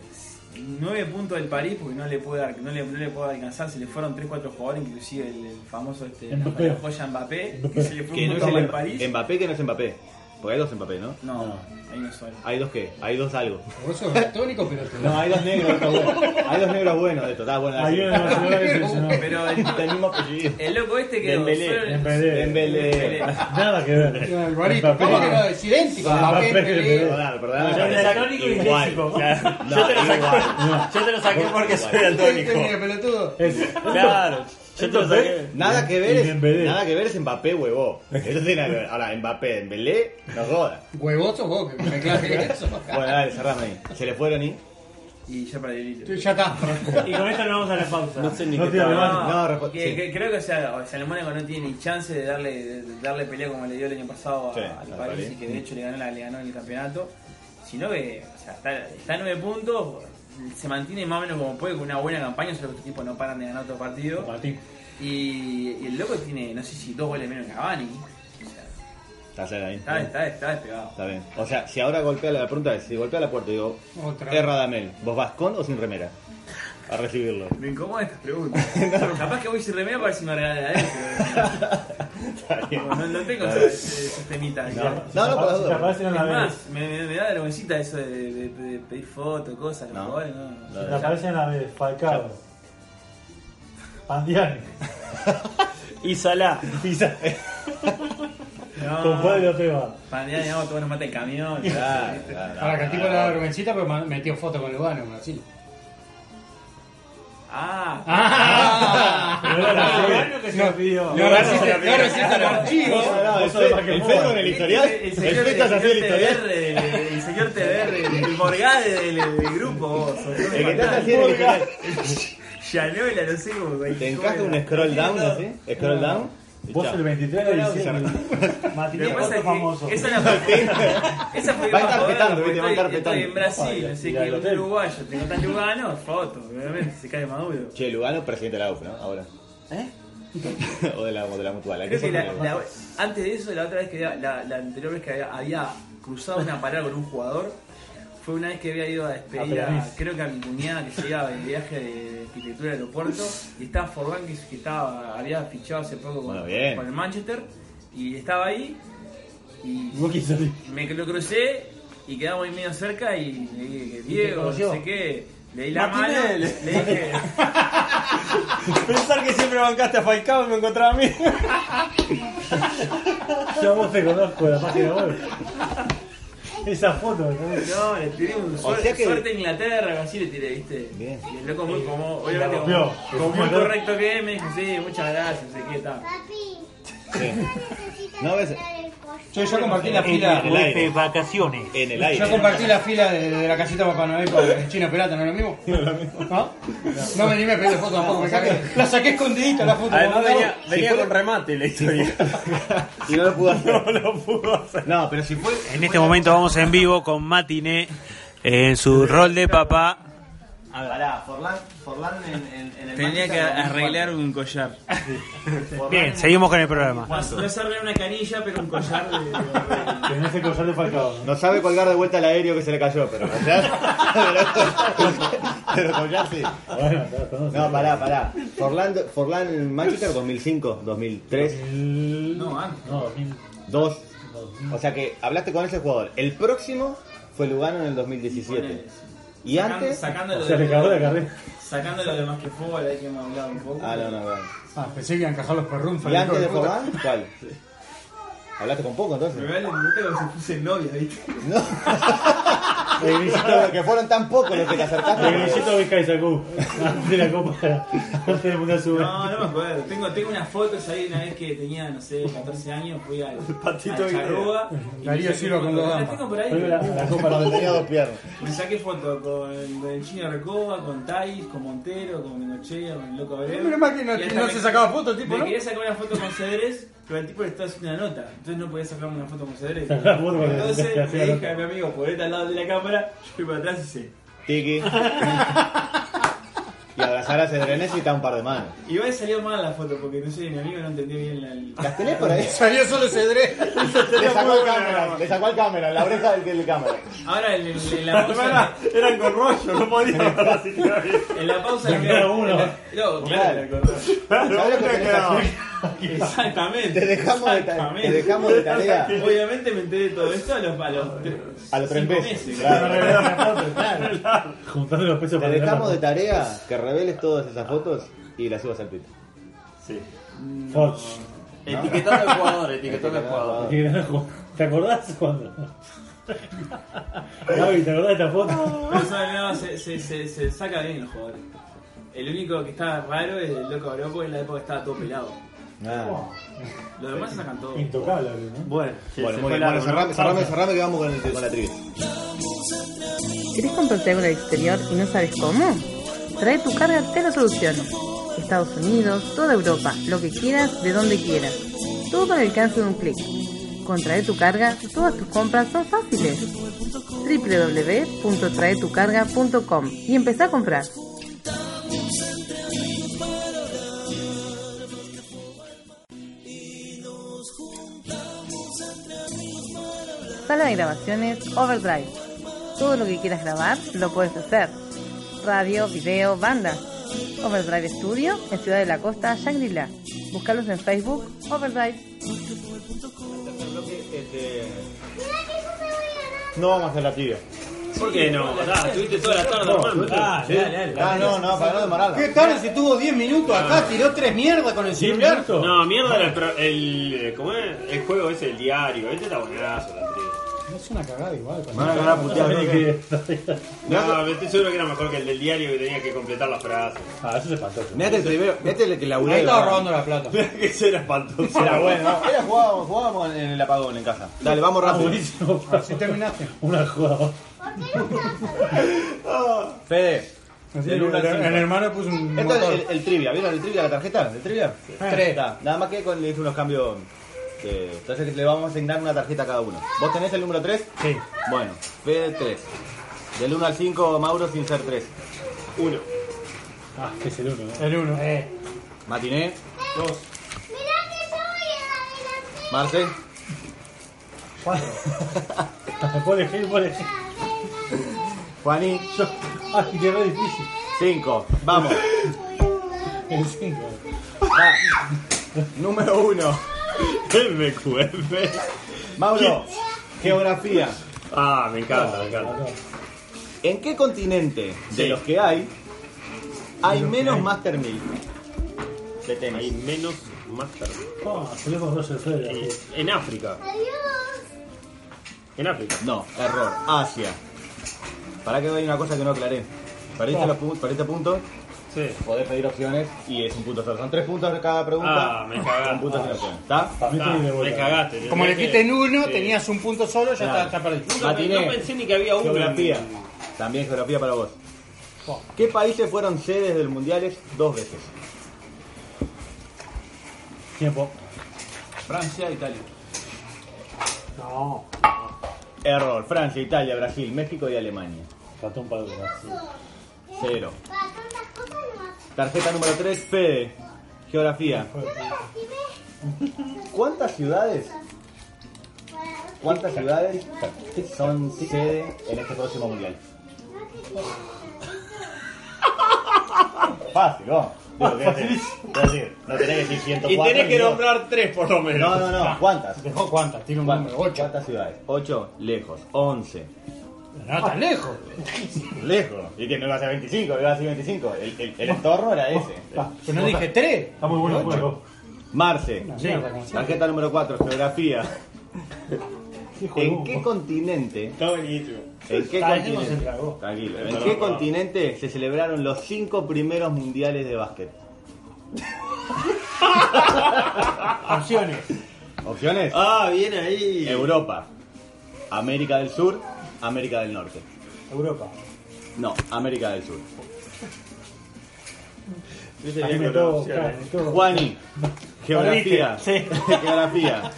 H: 9 puntos del París porque no le puede, ar- no le, no le puede alcanzar. Se le fueron 3-4 jugadores, inclusive el, el famoso este,
E: Mbappé.
H: la joya Mbappé, que se le fue
B: que
H: un
B: no es
H: punto
B: el
H: al París.
B: Mbappé, que no es Mbappé. Porque hay dos Mbappé, ¿no?
H: No, ahí no suena.
B: Hay dos qué? Hay dos algo.
F: Vos sos católico, pero te
B: No, hay dos negros. está bueno. Hay dos negros buenos de total. Bueno,
E: Hay uno de los jugadores que se no.
H: Pero el,
B: el mismo apellido.
H: el loco este quedó
B: Dembélé,
H: solo en-
E: Dembélé.
B: Dembélé. Ah,
E: Nada que ver.
F: Claro, Igualito. ¿Cómo que no? Es idéntico.
E: Mbappé,
F: Mbappé,
E: Mbappé.
F: Pelé.
B: Perdón, perdón.
E: Yo
B: me parece igual. No,
D: yo, te lo
B: igual.
D: saqué, yo te lo saqué porque soy
F: Técnico,
D: antónico.
F: pelotudo.
E: Es-
D: Claro, yo te lo saqué.
B: Nada que ver
E: Y
B: es,
E: Dembélé.
B: nada que ver es Mbappé huevo. Eso tiene que ver. Ahora, Mbappé, Dembélé, no joda.
F: Huevoso vos, que me clave eso.
B: Bueno, dale, cerrame ahí. Se le fueron y.
H: y ya para el hilo.
F: Tú Ya está.
G: Y con esto nos vamos a la pausa.
D: No sé ni
E: No
D: qué
E: tiene
D: tal.
E: nada.
B: No, respo-
H: que-
B: sí.
H: que- creo que o sea, o sea, el Mónaco no tiene ni chance de darle, de- de darle pelea como le dio el año pasado a,
B: Sí,
H: al
B: al
H: París
B: París.
H: y que de hecho le ganó, la- le ganó el campeonato, sino que o sea, está, está a 9 puntos, se mantiene más o menos como puede con una buena campaña, solo que estos tipos no paran de ganar otro partido.
E: Martín.
H: Y, y el loco tiene, no sé si dos goles menos que Cavani. O sea,
B: Está cerca ahí.
H: está, está, está despegado.
B: Está bien. O sea, si ahora golpea la, la pregunta es, si golpea la puerta, digo,
F: Otra.
B: es Radamel, ¿vos vas con o sin remera? A recibirlo.
H: Me incomoda esta pregunta. Capaz que voy sin remedio para ver si me regalan a él,
B: Está
H: pero
B: bien.
H: no, no tengo esos, esos temitas.
B: No,
E: Si
B: no,
E: te
B: no, por
E: aparece-
B: las
E: si te
B: dudas.
E: aparece
H: Es
E: una vez.
H: más, me, me- me da vergüencita eso de, de- de pedir fotos, cosas, los
B: No.
H: jugadores, no.
E: Si te aparece una vez. Falcao. Pandiani.
D: Y Salah.
E: Pisa.
H: No.
E: Con Pablo Teba.
H: Pandear, digamos, todos nos mata el camión.
B: Claro, claro.
F: Ahora castigo la vergüencita porque ma- metió foto con Lugano en Brasil.
H: Ah,
F: ¡Ah!
G: Pero era el Lugano que se lo pidió.
F: No resiste, no resiste el archivo.
B: El Fe- el Fedro en el historial. El
H: señor, el
B: Fetas
H: señor
B: así el historial.
H: TBR, del- el señor TBR, el Morgade del, del grupo, vos. sos un
B: El que está
H: fatal.
B: así en el historial.
H: Llaneola, lo sé, vos, güey.
B: Te encaja un scroll down así. Scroll down. y
E: Vos
B: chao.
E: el 23 de diciembre.
H: Lo que
G: Matineo
H: pasa
G: corto
H: es
G: famoso.
H: que esa es la parte- esa fue
B: Va a
H: más
B: estar
H: joder,
B: petando,
H: porque
B: viste, va a
H: estoy-
B: estar petando.
H: Estoy en Brasil, así
E: Mira,
H: que
E: el
H: un
E: hotel.
H: uruguayo, tengo tan lugano, foto, obviamente, se cae maduro.
B: Che, Lugano, presidente de la UF, ¿no? Ahora. ¿Eh? o de la, o de la mutual. ¿a qué
H: Creo que
B: forma
H: la-
B: le va?
H: la- antes de eso, la otra vez que había- la, la anterior vez que había, había cruzado una parada con un jugador, fue una vez que había ido a
B: Ah,
H: despedir a, creo que a mi cuñada que se iba de viaje de arquitectura al aeropuerto, y estaba Forlán que, que estaba, había fichado hace poco con,
B: Bueno, bien.
H: con el Manchester, y estaba ahí, y
E: Vos quién salís.
H: me lo crucé y quedamos ahí medio cerca y le dije que Diego, no sé qué, le di la mano,
C: Martinelli.
H: le dije,
C: Pensar que siempre bancaste a Falcao y me encontraba a mí.
E: Yo a vos te conozco de la página web. Esa foto, ¿no?
H: no, le tiré un suerte,
B: sea que-
H: suerte a Inglaterra, así le tiré, viste.
B: Bien.
H: Y el loco muy como, obviamente
E: copió.
H: como, como muy correcto que es, me dijo, sí, muchas gracias, no sé qué tal.
J: Papi,
B: Sí.
J: necesitas
B: No, ves-
J: arreglar el coche.
F: Yo, yo compartí la
B: En el
F: fila.
B: aire.
C: vacaciones.
B: En el
F: Yo
B: aire.
F: compartí la fila de, de la casita de Papá Noel con el chino pirata, ¿no es lo mismo? No es lo mismo. ¿No? No me animé a pedir foto tampoco, me saqué. La saqué escondidita la foto.
D: A ver, Ah, no
F: ¿no?
D: venía, venía con remate la historia.
B: Y no lo pudo hacer.
D: No lo pudo hacer.
B: No, pero si fue.
C: En este momento vamos en vivo con Matiné en su rol de papá.
B: A ver, pará, Forlán, Forlán en, en, en el
H: Tenía
B: Manchester
H: que
B: ganó un
H: arreglar un collar.
B: cuatro.
C: Bien, seguimos con el programa.
H: No no es arreglar una canilla, pero un collar de...
E: Tenés el collar de Falcao, ¿no?
B: No sabe colgar de vuelta el aéreo que se le cayó, pero collar. pero collar sí.
E: Bueno, todos conocen.
B: No, pará, pará. Forlán, Forlán en Manchester 2005, 2003,
H: No, antes.
E: No, 2000.
B: 2. O sea que hablaste con ese jugador. El próximo fue Lugano en el 2017. Y antes.
H: Sacándolo
E: O sea, le cagó la carrera.
H: Sacando lo demás que fútbol, ahí que hemos hablado un poco.
B: Ah, no, no, no.
F: Ah, pensé que iban a encajar los perrún.
B: ¿Y antes de Forlán? ¿Cuál? ¿Hablaste con poco
H: Me
B: entonces?
H: vale el que se puse en novia, ¿viste?
B: No. Pero que fueron tan pocos los que te
E: El
B: acercaste.
E: grillito Vizca y Sacú. Antes de la copa. Antes del Mundial Sub.
H: No, no me acuerdo. Tengo, tengo unas fotos ahí una vez que tenía, no sé, 14 años, fui al,
D: patito
H: al Charrúa. y
F: Darío
H: me saqué
F: Silva con
H: fotos.
F: dos
H: Las
F: gambas.
H: tengo por ahí.
E: Fue la, la copa
B: Cuando
E: de
B: tenía dos piernas.
H: Me Pues saqué fotos con, con el Chino Recoba, con Tais, con Montero, con Negochea, con el Loco Abreu.
F: Menos mal que no,
H: Y hasta
F: no
H: me-
F: se sacaba foto el tipo,
H: Me
F: ¿no?
H: quería sacar una foto con Cedrés, pero el tipo le estaba haciendo una nota. Entonces no podía sacarme una foto con Cedrés.
E: La foto con el-
H: Entonces
E: que
H: le
E: hacía
H: dije
E: nota.
H: a mi amigo, ponete al lado de la cámara, yo fui para atrás y se...
B: Tiki. Y abrazar a Cedrenés y está un par de manos.
H: Igual salió mal la foto porque no sé, mi amigo no entendió bien la. el-
B: ¿Las tenés por ahí?
F: Salió solo Cedré.
B: Le sacó al cámara, le sacó al cámara, la oreja del, del cámara.
H: Ahora en, el- en la pausa.
D: Era- Eran con rollo, no podía verla así todavía.
H: En la pausa.
E: Le queda uno.
H: en la- No, claro,
B: Claro.
H: claro.
D: Claro,
B: ¿Sabés lo que tenés
D: era
B: que
D: quedado.
B: hacer?
H: Exactamente.
B: Te dejamos de, ta- te
H: Exactamente.
B: dejamos de tarea
H: Obviamente me enteré de todo esto a los, a los, tres-
B: a los tres
H: cinco
B: meses.
E: No
B: claro.
E: le veía la foto, claro. Juntando los pesos
B: Te
E: para
B: dejamos de
E: ver la
B: tarea que reveles todas esas fotos y las subas al pito.
D: Sí.
E: foto.
D: Etiquetando al jugador, etiquetando al jugador.
E: Y que no jugó. ¿Te acordás cuando? Gaby, ¿te acordás de esta foto?
H: No, no, no, se, se, se, se saca bien los jugadores. El único que está raro es el loco Abreu porque en la época estaba todo pelado.
B: Ah.
H: Los demás se sacan todo.
E: Intocable, ¿no?
D: Bueno, sí,
B: Bueno, muy
D: se fue
B: bien. Bueno,
D: largo, ¿no?
B: cerrame, cerrame, cerrame que vamos con, el- con la trivia.
I: ¿Querés comprarte algo en el exterior y no sabes cómo? Trae tu carga, te lo soluciono. Estados Unidos, toda Europa, lo que quieras, de donde quieras. Todo al alcance de un clic. Con Trae tu carga, todas tus compras son fáciles. www.traetucarga.com y empezá a comprar. Sala de grabaciones Overdrive. Todo lo que quieras grabar lo puedes hacer. Radio, video, banda. Overdrive Studio en Ciudad de la Costa, Shangri-La. Búscalos en Facebook, Overdrive.
B: No vamos a hacer la trivia.
D: ¿Por qué no? Ah, Estuviste toda la tarde armando.
H: Dale, dale, dale.
B: No, no, no, para no demorarla.
F: ¿Qué tal si tuvo 10 minutos acá? Tiró tres mierdas con el celular.
D: No, mierda, el, pro- el, eh, ¿cómo es? el juego es el diario. Este está buenazo, la actriz.
F: Es una cagada igual. pues.
J: Me van a ganar puteado.
D: No, estoy seguro que era mejor que el del diario que tenía que completar las frases.
E: Ah, eso es espantoso.
J: Mirá que el primero, mirá que el que laburé.
F: Ahí estaba
J: ¿verdad?
F: robando la plata.
D: que eso era espantoso.
B: Era bueno. Era jugábamos, jugábamos en el apagón en casa.
J: Dale, vamos rápido.
E: Buenísimo.
F: Si terminaste.
E: Una jugada.
B: Fede. del uno al cinco.
F: hermano puso un
B: Esto es el, el trivia, ¿vieron el trivia, la tarjeta? ¿El trivia?
F: Tres.
B: Está, Nada más que con, le hice unos cambios. que- entonces le vamos a asignar una tarjeta a cada uno. ¿Vos tenés el número 3?
F: Sí.
B: Bueno, Fede 3. Del 1 al 5, Mauro sin ser 3.
D: Uno.
E: Ah, que es el uno. ¿eh?
F: El uno.
B: Matiné,
D: Dos.
B: Marce,
E: Pone Gil, pone Gil.
B: Juaní,
E: Yo. Ah, que qué re difícil.
B: 5. Vamos.
E: El 5.
B: Va. Número 1.
D: MQF.
B: Mauro, geografía.
D: Ah, me encanta, me encanta.
B: ¿En qué continente de
D: Sí.
B: los que hay hay menos Master 1000? De tenis.
D: Hay menos Master.
E: Ah, salimos 12 de febrero.
D: En África. En África.
B: No, error. Asia. Para que hay una cosa que no aclaré. Para este, lo pu- para este punto,
D: Sí.
B: podés pedir opciones y es un punto solo. Son tres puntos de cada pregunta.
D: Ah, me cagaste.
B: Un punto sin opción. ¿Está?
E: Para mí
D: Ah,
E: tiene de
D: me
E: vuelta.
D: cagaste.
F: Como le
D: quité
F: quiten uno, tenías un punto solo, ya
B: Claro.
F: está, está perdido.
D: Nunca me-
B: Matiné.
D: no pensé ni que había uno. Oh.
B: Geografía. También geografía para vos. ¿Qué países fueron sedes del Mundiales dos veces?
E: Tiempo.
H: Francia, Italia.
G: No.
B: Error. Francia, Italia, Brasil, México y Alemania.
E: Faltó un par de horas.
B: Cero. Tarjeta número 3, Fede. Geografía. ¿Cuántas ciudades? ¿Cuántas ciudades son sede en este próximo mundial? Fácil, ¿no? Digo, ¿qué haces? Quiero decir, No tenés que decir
D: Y
B: 104.
D: tenés que
B: ni dos.
D: nombrar tres por lo menos.
B: No, no, no. ¿Cuántas?
F: Dejó cuántas, tiene un
B: ¿Cuántas,
F: número, 8.
B: ¿Cuántas ciudades? 8, lejos. 11.
F: No tan lejos.
B: Lejos. Y que no iba a ser 25, iba a ser 25. El, el- el entorno era ese.
F: Yo no dije 3.
J: Está muy bueno el juego.
B: Marce. Tarjeta número 4, geografía. ¿En qué continente?
D: Está buenísimo.
B: ¿En qué continente? Tranquilo. ¿eh? ¿En
D: Perdón,
B: qué
D: perdón.
B: continente se celebraron los cinco primeros mundiales de básquet?
F: Opciones.
B: ¿Opciones?
D: Ah, bien ahí.
B: Europa, América del Sur, América del Norte.
G: Europa.
B: No, América del Sur.
D: Yo
E: Ahí
D: tenía
E: me
D: que
E: todo,
D: conocer.
E: claro, me todo.
B: Juani, geografía. geografía.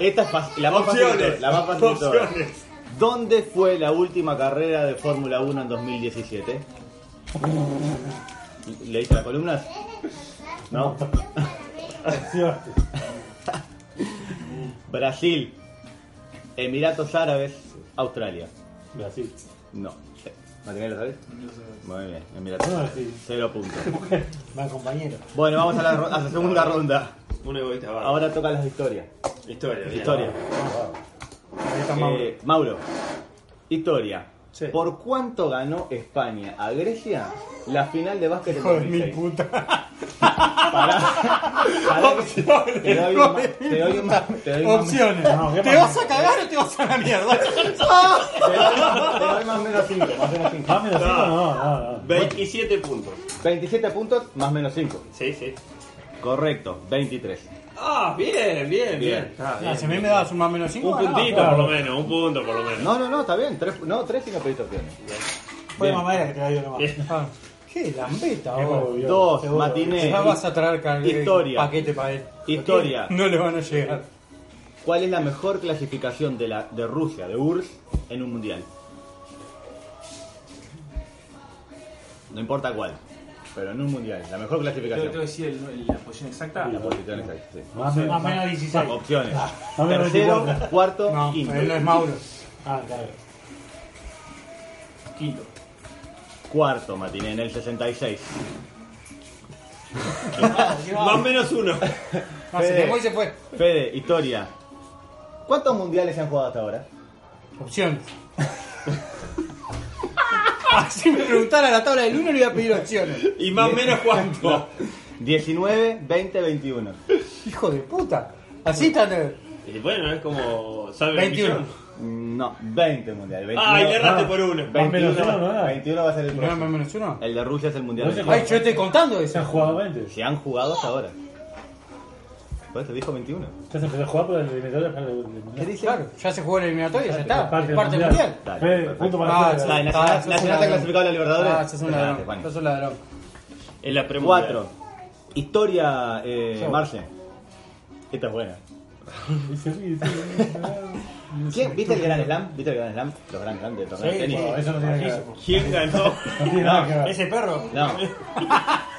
B: Esta es fácil- la más fácil de
D: Opciones.
B: todas, La más fácil de todas.
D: Opciones.
B: ¿Dónde fue la última carrera de Fórmula 1 en 2017? ¿Leíste las columnas? No. Brasil, Emiratos Árabes, Australia.
E: Brasil.
B: No. ¿Martinelli lo sabes? Muy bien, Emiratos
E: No,
B: Árabes.
E: sí.
B: Cero puntos.
G: Va, compañero.
B: Bueno, vamos a la, ro- a la segunda ronda.
D: Un egoísta, va.
B: Ahora toca las historias.
D: Historia, bien.
B: Historia. Eh, Mauro, historia.
D: Sí.
B: ¿Por cuánto ganó España a Grecia la final de básquet en 2006? Pará. Pará que- Te doy un ma- te doy un ma- te doy un ma- te
F: Opciones. ¿Te vas a cagar o te vas a la mierda?
B: doy- te doy más o menos 5, más o menos 5.
E: Más menos 5, no, no, no.
D: 27 puntos.
B: 27 puntos más o menos 5.
D: Sí, sí.
B: Correcto, 23.
D: Ah, bien, bien,
B: Bien.
D: bien. Ah,
F: Ah,
D: bien.
F: Si a mí me dabas un más menos 5,
D: Un puntito por lo menos, un punto por lo menos.
B: No, no, no, está bien. Tres, no, 3 y no pediste opciones.
G: Fue mamadera que te la dio nomás.
D: Bien.
F: Ah. Qué lambeta, vos.
E: Obvio,
B: Dos,
E: seguro.
B: matiné.
F: Ya vas a traer cal- eh,
B: Historia.
F: paquete para él.
B: Historia.
F: No le van a llegar.
B: ¿Cuál es la mejor clasificación de, la, de Rusia, de URSS, en un mundial? No importa cuál, pero en un mundial. La mejor
H: Tengo tengo que
B: clasificación.
H: decir el- el- la posición exacta.
B: La posición exacta, sí.
E: Más menos.
G: Más o menos 16.
B: Opciones.
F: Ah,
E: no me
B: Tercero,
E: veinticuatro.
B: cuarto,
F: No,
B: quinto.
F: él no es Mauro.
G: Ah, claro.
H: Quinto.
B: Cuarto, matiné, en el 66.
D: Más o menos uno.
F: Ah, se
B: Fede.
F: quemó y se fue.
B: Fede, historia. ¿Cuántos mundiales se han jugado hasta ahora?
F: Opciones. Ah, Si me preguntara la tabla del 1, le iba a pedir opciones.
B: Y más o menos cuánto. 19, 20, 21.
F: Hijo de puta. Así está.
D: Y bueno, es como. Salve
B: 21. No, 20 mundial. 21.
D: Ay, le erraste por uno.
E: Más menos
B: 21,
E: uno, ¿no?
B: 21 va a ser el
F: ¿No
B: próximo.
F: más menos uno?
B: El de Rusia es el mundial.
E: No sé
B: de-
F: Ay, yo estoy contando
E: Se
F: eso.
E: han jugado 20.
B: Se han jugado hasta ahora. Por eso dijo 21.
E: Estás empezando a jugar por el eliminatorio para el mundial.
F: Claro, ya se jugó en el eliminatorio, ya está. Es parte,
E: del
F: del mundial.
B: Dale,
E: Fede,
B: perfecto.
E: punto para
F: Ah,
E: Fede.
F: sí.
B: Dale, Nacional,
F: sos un
B: Nacional está
F: ladrón.
B: clasificado a la Libertadores.
F: Ah, sos un
B: Adelante,
F: ladrón.
B: Juan.
F: Sos un ladrón.
D: En la premundial.
B: 4. Historia, eh, Marce. Esta es buena.
E: Y se ríe, se ríe.
B: ¿Quién? ¿Viste el Gran Slam? ¿Viste el Gran Slam? Los Grand Slam de torneo de tenis.
E: No, eso no tiene que ver.
D: ¿Quién ganó?
E: No tiene nada que ver.
G: Ese perro.
B: No.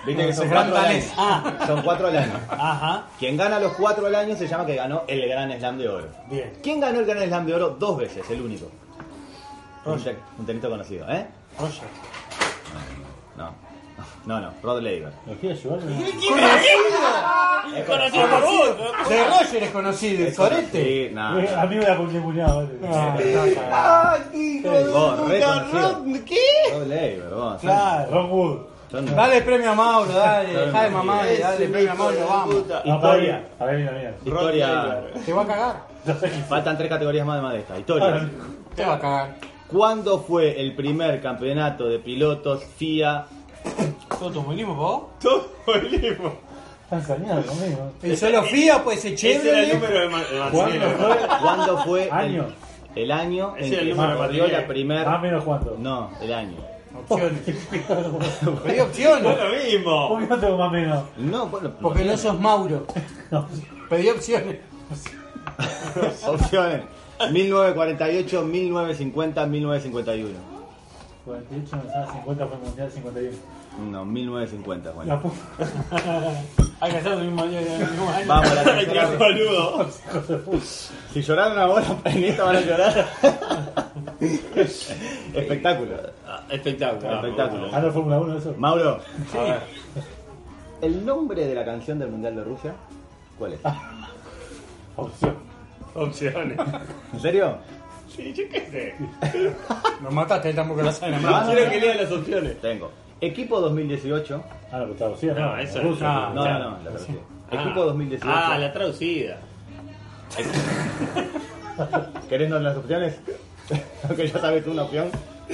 B: Viste que son
F: Gran
B: cuatro al año.
F: danés.
B: Son cuatro al año.
G: Ajá.
B: Quien gana los cuatro al año se llama que ganó el Gran Slam de Oro.
G: Bien.
B: ¿Quién ganó el Gran Slam de Oro dos veces? El único. Un, te- un tenista conocido, ¿eh?
G: Roger.
B: No. No, no. Rod Laver.
E: ¿Lo quieres llevar?
B: Es
D: Conocido por vos.
F: De Roger es conocido, el sorete.
B: Sí, no.
E: Eh, Amigo de la cuña cuñado. eh.
F: Ah.
B: Vos, reconocido. ¿Qué? Rod Laver, vos.
F: Claro.
E: Ah, Ron Wood.
B: Son- son-
F: Dale premio a Mauro, dale. Dejá de
B: Sí.
F: mamá, dale premio a Mauro, vamos.
B: Historia.
E: A ver, mira, mira.
B: Historia.
F: Te va a cagar.
B: Faltan tres categorías más además de esta. Historia.
F: Te va a cagar.
B: ¿Cuándo fue el primer campeonato de pilotos FIA?
G: ¿Todo tu movilismo vos?
D: Todo el mismo.
E: Están saneados conmigo.
F: El solo frío puede ser
D: Ese era el
F: chévere.
D: número de Ma- de
E: ¿Cuándo
D: Marcelo.
E: fue?
B: ¿Cuándo fue el-
E: Año.
B: El, año en
D: Ese era el
B: que
D: número
B: se corrió
D: material.
B: la primera?
E: Más o menos cuánto.
B: No, el año.
F: Opciones.
E: ¿Por
F: Pedí opciones.
D: Lo mismo.
E: qué no tengo más o menos?
B: No, bueno,
F: Porque no sos Mauro.
E: No.
F: Pedí opciones.
B: opciones. 1948, 1950, 1951.
E: 48, no estaba 50, fue el mundial 51.
B: No, 1950, bueno.
E: La puta.
G: Hay que hacer el mismo año. el mismo año.
B: Vamos a la
D: Ay, qué
B: tercera.
D: boludo.
B: Si lloraron ahora, en esta van a llorar. Espectáculo.
D: Ah, Espectáculo.
B: Espectáculo.
E: Ah, no, Fórmula 1, eso.
B: Mauro, a ver. ¿El nombre de la canción del Mundial de Rusia? ¿Cuál es?
E: Opción.
D: Opciones.
B: ¿En serio?
D: Sí, yo qué sé.
F: Nos mataste, tampoco lo saben.
B: No, no,
D: Quiero
B: no.
D: que lea las opciones.
B: Tengo. Equipo 2018.
E: Ah, no, pero está opción.
D: No, eso
E: Rusia,
D: no.
E: pero-
B: Ah, No, no, no, la traducción. Equipo
D: Ah.
B: 2018.
D: Ah, la traducida.
B: ¿Querés no las opciones? Aunque ya sabes tú una opción.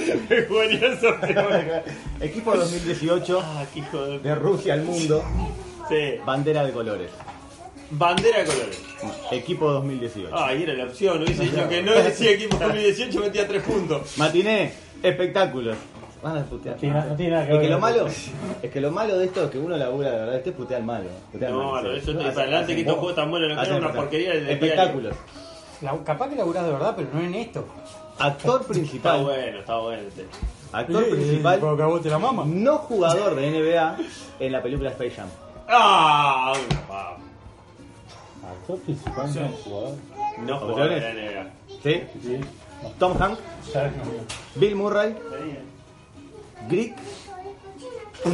D: Buenas opciones.
B: Equipo 2018
D: Ah, qué hijo de...
B: de Rusia al mundo,
D: Sí.
B: bandera de colores.
D: Bandera de colores.
B: Equipo 2018.
D: Ay, era la opción. Hubiese dicho que no y decía equipo 2018 metía 3 puntos.
B: Matiné, espectáculos. Van a putear.
E: No tiene nada- no tiene nada que
B: Es
E: ver.
B: que lo malo, es que lo malo de esto es que uno labura de verdad, este putea al malo. putea al
D: No,
B: malo,
D: no,
B: sí.
D: eso te
B: Hacen-
D: para adelante que estos
B: hacen-
D: juegos tan buenos no
B: hacen-
D: quedan una
B: hacen-
D: porquería del del diario.
B: Espectáculos.
F: La- capaz que laburás de verdad, pero no en esto.
B: Actor
D: Está
B: principal.
D: bueno, está bueno. este.
B: Actor
F: Eh,
B: principal.
F: Porque a vos te la mamas.
B: No jugador de NBA en la película Space Jam.
D: Ah, una papa.
E: Actor principal, no jugador.
D: No jugaba
B: ¿Opciones?
D: en la NBA.
B: ¿Sí?
E: Sí.
B: Tom Hanks,
E: Ya no.
B: Bill Murray, Greg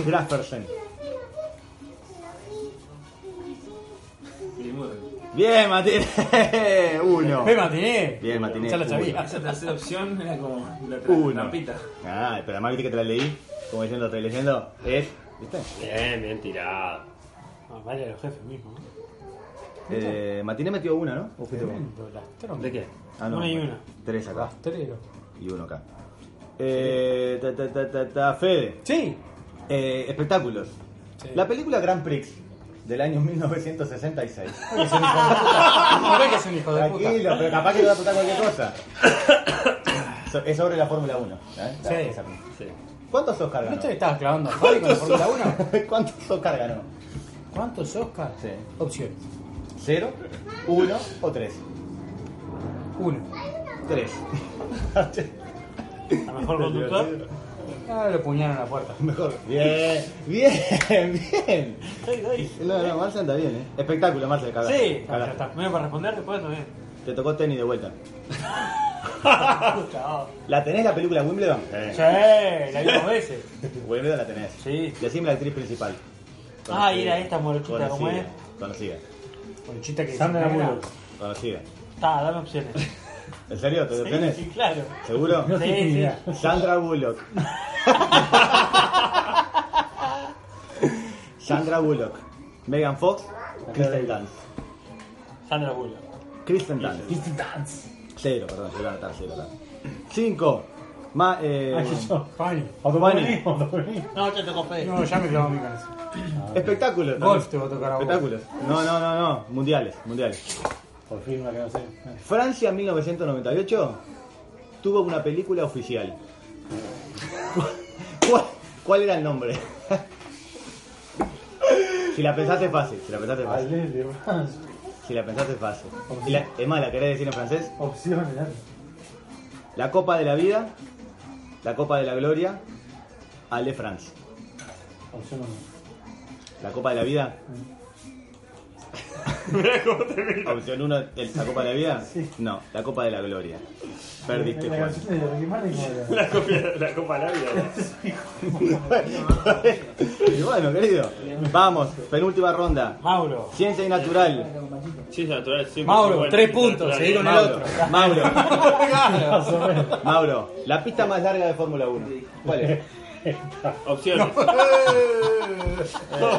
B: Graffersen. Bien, matiné. Uno.
F: Me matiné.
B: Bien, matiné.
F: Ya la sabía.
H: Esa tercera opción era como la tra-
B: Uno.
H: trampita.
B: Ah, pero además viste que te la leí. Como diciendo, te leyendo. Es. ¿Viste?
D: Bien, bien tirado.
G: Ah, vale, a los jefes mismos. ¿no?
B: Eh, matiné metió una, ¿no? ¿O fuiste vos?
F: Tremendo, lastrón.
D: ¿De qué?
B: Ah, no.
G: Una y
B: bueno,
G: una.
B: Tres acá.
F: Rastrero.
B: Y uno acá. Eh, ta, ta, ta, ta, ta, Fede.
F: Sí.
B: Eh, espectáculos. La película Grand Prix del año 1966.
F: No ves que es un hijo de puta.
B: Tranquilo, pero capaz que te va a apuntar cualquier cosa. So- es sobre la Fórmula 1. ¿eh? La-
F: Sí.
B: esa-
D: Sí.
B: ¿Cuántos Oscar
F: ¿No
B: ganó?
F: te estabas clavando a Fabi con la Fórmula 1?
B: ¿Cuántos Oscar ganó?
F: ¿Cuántos Oscars?
B: Sí.
F: Opciones.
B: ¿Cero? ¿Uno o tres?
F: Uno.
B: Tres.
G: A mejor conductor.
F: Ah, lo puñaron a la puerta.
B: Mejor. Bien, bien, bien. No, no, Marcel anda bien, ¿eh? Espectáculo, Marcel, cagaste.
G: Sí, ya
B: Cagaste.
G: está. Medio para responder después también.
B: Te tocó tenis de vuelta. ¿La tenés la película Wimbledon?
G: Sí,
F: Eh,
G: la vi dos veces.
B: Wimbledon la tenés.
G: Sí.
B: Decime la actriz principal.
G: Ah, y era esta morochita, ¿cómo
B: conocida,
G: es?
B: conocida,
F: Conchita que
E: Sandra Bullock.
B: conocida.
G: Está, dame opciones.
B: ¿En serio? ¿Te lo
G: Sí,
B: tenés?
G: sí, claro.
B: ¿Seguro?
E: No
G: Sí,
E: tengo ni
G: sí.
E: idea.
B: Sandra Bullock. Sandra Bullock, Megan Fox, Kristen Dunst.
G: Sandra Bullock.
B: Kristen Dunst. Kristen Dunst. Cero, perdón, cero anotar, cero anotar. Cinco. Ma, eh,
E: Ah,
G: Fanny.
B: Fanny.
G: No, yo te compré.
F: No, ya me clavo mi cabeza.
B: Espectáculos.
F: Golf te va a tocar a vos.
B: Espectáculos. No, no, no, no. Mundiales, mundiales.
E: Por fin una que no sé.
B: Francia 1998 tuvo una película oficial. ¿Cuál, cuál era el nombre? Si la pensaste es fácil, si la pensaste es fácil.
E: Ale, le vas.
B: Si la pensaste es fácil. Y la- es más, ¿la querés decir en francés?
E: Opciones, dale.
B: La Copa de la Vida, la Copa de la Gloria, Ale France.
E: Opción uno. Mm.
B: La Copa de la Vida. Opción 1, la Copa de la Vida. No, la Copa de la Gloria. Perdiste,
E: La
B: Juan.
E: canción de Ricky Martin, ¿cómo era?
D: La copa, la copa labia.
B: Y bueno, querido, vamos, penúltima ronda.
G: Mauro.
B: Ciencia y natural.
D: Ciencia natural siempre.
C: Mauro,
D: fue buena.
C: tres
D: Ciencia
C: puntos,
F: eh.
D: natural.
C: seguí con el
B: Mauro,
C: otro.
B: Mauro,
E: Más o menos.
B: Mauro, la pista más larga de Fórmula 1. ¿Cuál es?
D: Opciones.
B: Eh.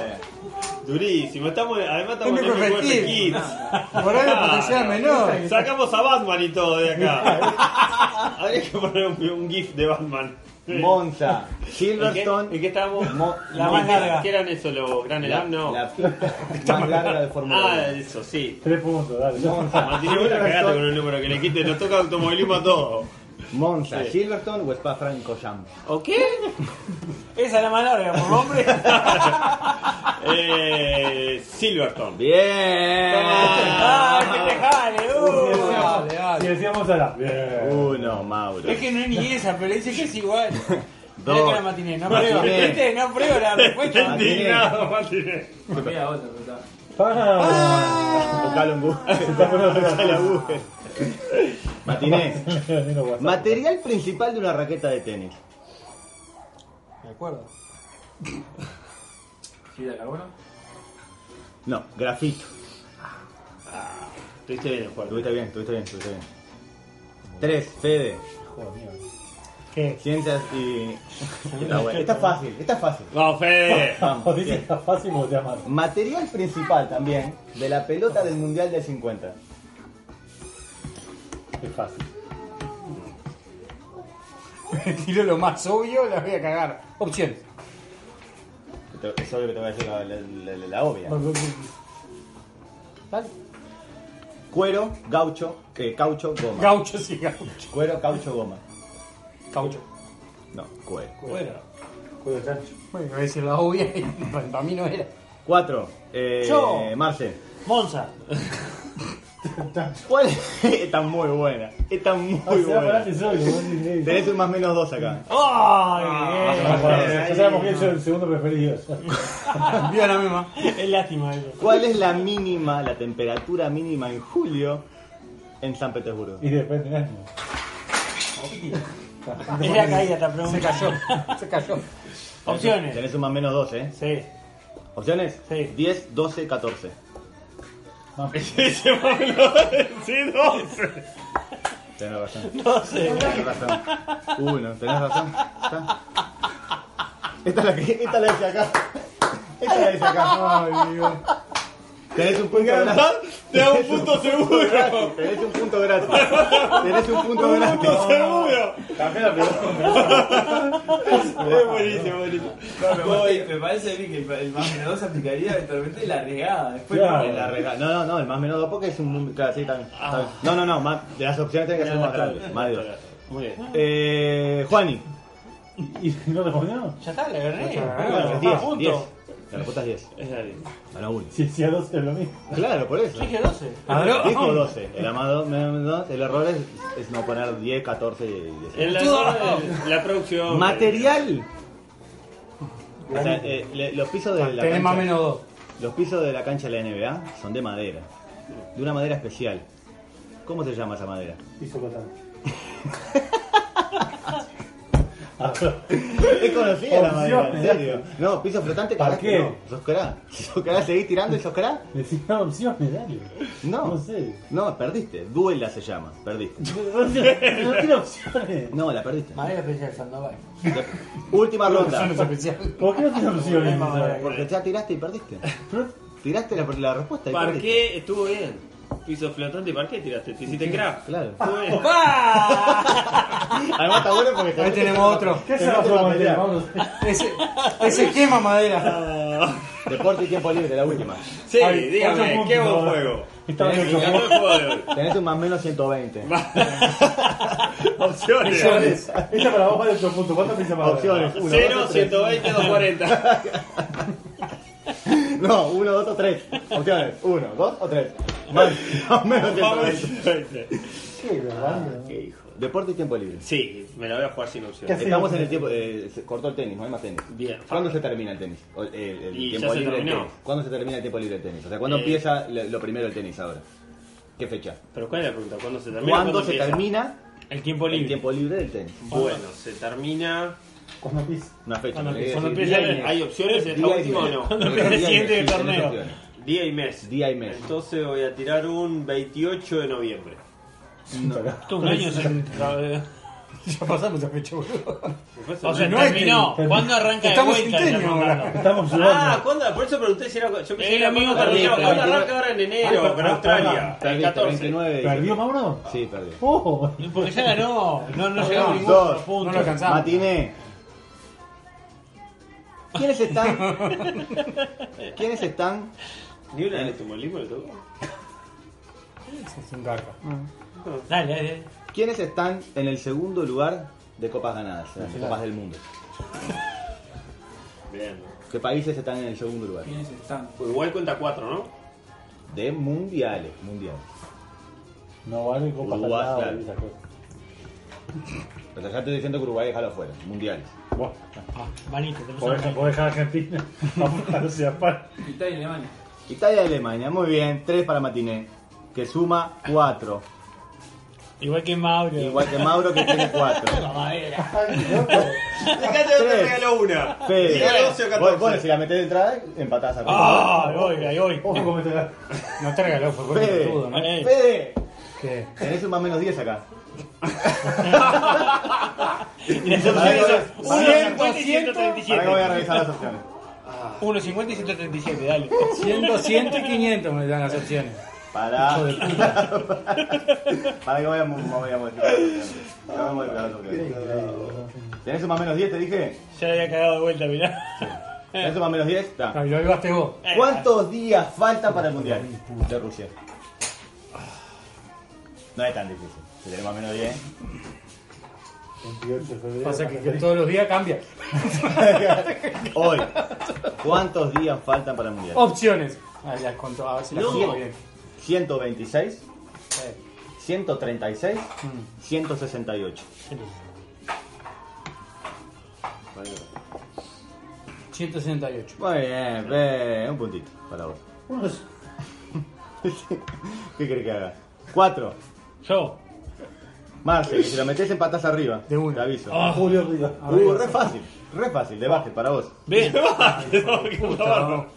D: Durísimo. Estamos, además estamos en MQF
F: perfectible.
D: Kids.
F: Por ahí la potencial menor.
D: Sacamos a Batman y todo de acá. Habría que poner un, un GIF de Batman.
B: Monza,
D: ¿En qué, en
B: Silverstone.
D: qué estábamos?
B: Mo-
G: La
D: ¿Qué-
G: más larga.
D: ¿Qué eran eso, los Gran
B: La,
D: Elam? No.
B: la pista más larga de
D: Ah,
B: Fórmula 1.
D: eso, sí.
E: Tres puntos, dale.
D: Martín, vos la cagaste con el número que le quite. Nos toca automovilismo a todos.
B: Monza,
D: Sí.
B: Silverstone o Spa Francorchamps.
D: ¿O qué?
G: Esa es la más larga, por nombre.
D: Eh, Silverstone.
B: Bien.
G: ¡Ah, que te jale! uh.
F: Dale, dale.
E: Si decíamos a la. Bien.
B: Uno, Mauro.
G: Es que no es ni esa, pero dice que es igual.
B: Dos.
G: Mirá que la matiné, no prueba.
B: Matiné.
G: ¿Viste? No prueba la respuesta.
D: Indignado, Martínez.
H: Mira, otra, pero está.
E: Ah.
B: Buscalo en Google. Buscalo en Google. Matiné.
E: Tengo WhatsApp.
B: Material principal de una raqueta de tenis.
G: De acuerdo.
H: ¿Fibra de carbono?
B: No, grafito.
D: Estuviste bien el juego.
B: Estuviste bien, estuviste bien, estuviste bien. Tres, Fede.
E: Joder, mierda.
B: Ciencias y... Está bueno. Está fácil, está fácil.
D: Vamos, Fede.
B: Vamos.
E: Dice que
B: bien.
E: está fácil porque te amas.
B: Material principal también de la pelota del Mundial del 50.
E: Es fácil.
F: Tiro lo más obvio, las voy a cagar. Opción.
B: Te- Es obvio que te voy a decir la, la- la- la- la obvia. Dale. Cuero, gaucho, eh, caucho, goma.
F: Gaucho sí, gaucho.
B: Cuero, caucho, goma.
F: Caucho.
B: No, cuero.
F: Bueno.
E: Juego de chancho.
F: Bueno, voy a decir la obvia y para, mí no era.
B: Cuatro. Eh,
F: Yo.
B: Marce.
G: Monza.
B: ¿Cuál? Está muy buena. Está
E: Ah,
B: muy
E: se va a
B: buena.
E: parar solo. vos ni-
B: Tenés un más menos dos acá.
G: ¡Ay,
E: Ah, bueno, Ya sabemos que es el segundo preferido.
F: Viva la misma.
G: bien! Es lástima eso.
B: ¿Cuál es la mínima, la temperatura mínima en julio en San Petersburgo?
E: Y después del año.
G: Es la caída, te pregunta. Se cayó.
F: Se cayó.
G: Opciones.
B: Tenés un más menos dos, ¿eh?
G: Sí.
B: ¿Opciones?
G: Sí.
B: 10, 12, 14.
D: Ese Pablo, sí, 12.
B: Tenés razón.
G: No sé.
B: Tenés razón. Uno, tenés razón. Está. Esta es la que esta la hice acá. Esta la hice acá. Ay, Dios. Tenés un punto gratis.
D: Te da un punto seguro.
B: Tenés un punto gratis. Tenés un punto gratis.
D: punto seguro.
E: También la pregunta.
D: Es buenísimo, buenísimo.
H: me parece a mí que el, el más menos dos aplicaría eventualmente la regada. Después
E: Claro.
B: El arregla- No, no, no, el más menos dos porque es un. número- Claro, sí, también.
D: Ah.
B: también. No, no, no, más, de las opciones tenés que ser más grande. Más de dos.
D: Muy bien.
B: Eh, Juani.
E: ¿Y y no respondió?
G: Ya está, la agarré.
B: Bueno,
G: Ah,
B: diez,
G: punto.
B: diez. La respuesta es 10.
D: Es David.
B: A la 1.
E: Si hacía 12 es lo mismo.
B: Claro, por eso.
G: Dije 12.
B: Dijo 12. El, amado, menos dos. el error es, es no poner 10, 14 y 10.
D: El- La producción.
B: Material. O sea, eh, le- los pisos de la
F: Ah, Tenés más
B: cancha,
F: menos dos.
B: los pisos de la cancha de la NBA son de madera, de una madera especial. ¿Cómo se llama esa madera?
E: Hizo cotar.
B: Es conocida la madera, en
E: Opciones.
B: serio. No, piso flotante,
E: ¿Para
B: carajo,
E: qué?
B: no. Soscará. Soscará, seguís tirando y soscará.
E: Necesitaba opciones, dale.
B: No.
E: No sé.
B: No, perdiste. Duela se llama. Perdiste.
E: No tiene no tiene opciones.
B: No, la perdiste.
G: Madera especial Sandoval.
B: Última ronda.
E: ¿Por qué no tiene opciones?
B: Porque ya tiraste y perdiste. Tiraste la, la respuesta y perdiste.
D: Parqué estuvo bien. Piso flotante y parqué tiraste. Te hiciste craft.
B: Claro.
D: Estuvo bien.
B: Además está bueno porque
F: Ahí tenemos otro.
E: ¿Qué este se va a
B: pelear.
E: proponer? Vamos.
F: Ese, ese quema madera.
B: Deporte y tiempo libre, la última.
D: Sí,
E: Ay, ocho
D: dígame,
E: puntos,
D: ¿qué buen
E: ahora.
D: juego?
E: Estaba
D: Ganó
E: en
D: el
E: ocho puntos.
D: juego de hoy.
B: Tenés un más menos 120.
D: Opciones.
E: Esta para vos vale 8 puntos. ¿Cuánto piensa para
B: Opciones. 1,
D: 0, 120, 240.
B: No, 1, 2 o 3. Opciones. 1, 2 o 3. Más más menos 120. Deporte y tiempo libre.
D: Sí, me la voy a jugar sin opciones.
B: Estamos en el tiempo. Eh, se cortó el tenis, no hay más tenis.
D: Bien.
B: ¿Cuándo se termina el tenis? O El, el
D: Y
B: tiempo
D: ya se
B: libre del
D: terminó.
B: tenis. ¿Cuándo se termina el tiempo libre del tenis? O sea, ¿cuándo
D: Eh.
B: empieza lo, lo primero del tenis ahora? ¿Qué fecha?
D: Pero ¿cuál es la pregunta? ¿Cuándo se termina?
B: ¿Cuándo se
D: empieza?
B: termina
G: El tiempo
B: el
G: libre.
B: tiempo libre del tenis?
D: Bueno, se termina.
E: Cuando pis.
B: Una fecha.
G: Cuando
B: me olvidé
G: empieza-
B: decir.
G: cuando
B: Día y
D: ¿Hay opciones en esta
B: Día y
D: última o
B: mes.
D: no?
B: mes.
G: empieza el
B: Día y
G: siguiente
B: mes, sí,
G: torneo.
B: tenés opciones.
D: Día y mes.
B: Día y mes.
D: Entonces voy a tirar un 28 de noviembre.
G: Tu cumpleaños es el-
F: Ya pasamos esa fecha, boludo.
D: O
G: O sea,
D: sea,
F: no hay
G: terminó.
E: tenis.
G: ¿Cuándo arranca de
F: Estamos
G: vuelta?
F: en tenis
G: ya
F: ahora.
G: contando?
E: Estamos
D: Ah,
E: jugando.
D: ¿cuándo? Por eso pregunté si era. Yo pensé
G: Eh,
D: que era
G: el amigo
D: amigo perdido.
G: perdió,
D: ¿Cuándo
B: perdió.
D: arranca ahora en enero?
E: Ah,
D: Con
E: ah,
D: Australia. El
B: Perdiste,
D: 14.
B: 29.
E: ¿Perdió Mauro?
B: Sí, perdió.
E: Oh,
G: Porque ya ganó. No, no llegó a
B: Dos,
G: ninguno de los
F: No
G: puntos.
F: lo alcanzamos.
B: Matiné. ¿Quiénes están? ¿Quiénes están?
D: Ni una de tu molimo le tocó.
F: Es un garca.
D: Mm.
G: Dale, dale, dale.
B: ¿Quiénes están en el segundo lugar de copas ganadas, en las copas del mundo?
D: Bien.
B: ¿Qué países están en el segundo lugar?
H: ¿Quiénes están?
D: Uruguay cuenta 4, ¿no?
B: De mundiales, mundiales.
E: No vale copa
B: Uruguay,
E: salada
B: claro.
E: y esas cosas.
B: O sea, ya estoy diciendo que Uruguay déjalo afuera, mundiales.
E: Buah,
G: Ah, manito, te
E: podés
G: puse
E: podés dejar a Argentina. Vamos a Rusia, par.
H: Italia y Alemania.
B: Italia y Alemania, muy bien, 3 para Matiné, que suma 4.
G: Igual que Mauro.
B: Igual que Mauro que tiene 4.
G: Madera.
D: Acá te
B: Tres.
D: regaló una.
B: Fede,
D: Diga 12 o
B: vos,
D: 14.
B: vos si la metés de entrada, empatás a
G: Ah, ahí voy, ahí voy.
E: Ojo, cómo te la.
F: No te regaló, fue con
B: Fede,
F: todo, ¿no?
G: Eh.
B: Fede,
F: ¿Qué?
B: tenés un más menos 10 acá.
G: Y las opciones son
F: Pará,
G: 150 y
B: Ahora que voy a
G: 137.
B: revisar las opciones.
G: 150 y 137, dale.
F: 100, 200 y 500 me dan las opciones.
B: Para. Para que voy a, mo- mo- voy a modificar las opciones. Ya voy a modificar las opciones. ¿Tenés un más menos 10? Te dije.
G: Ya le había cagado de vuelta, mirá. Eh.
B: ¿Tenés un más menos 10? Está.
F: Ah, y lo llevaste vos.
B: ¿Cuántos días faltan para el mundial de Rusia? No es tan difícil. Si tenés más menos 10.
E: 28 de febrero.
F: Pasa que, que todos los días cambia.
B: Hoy. ¿Cuántos días faltan para el mundial?
G: Oh,
F: Opciones. Ah, ya contó, a ver si la
B: No.
F: sigo bien.
B: 126,
F: Eh,
B: 136,
F: mm.
B: 168.
F: 168.
B: Muy bien, ve, un puntito para vos. ¿Qué querés que haga? 4.
G: Yo.
B: Marce, que si lo metés empatás arriba.
F: De una.
B: Te aviso.
E: Julio Rivas.
B: uh, re fácil, re fácil, de básquet para vos.
G: Ve.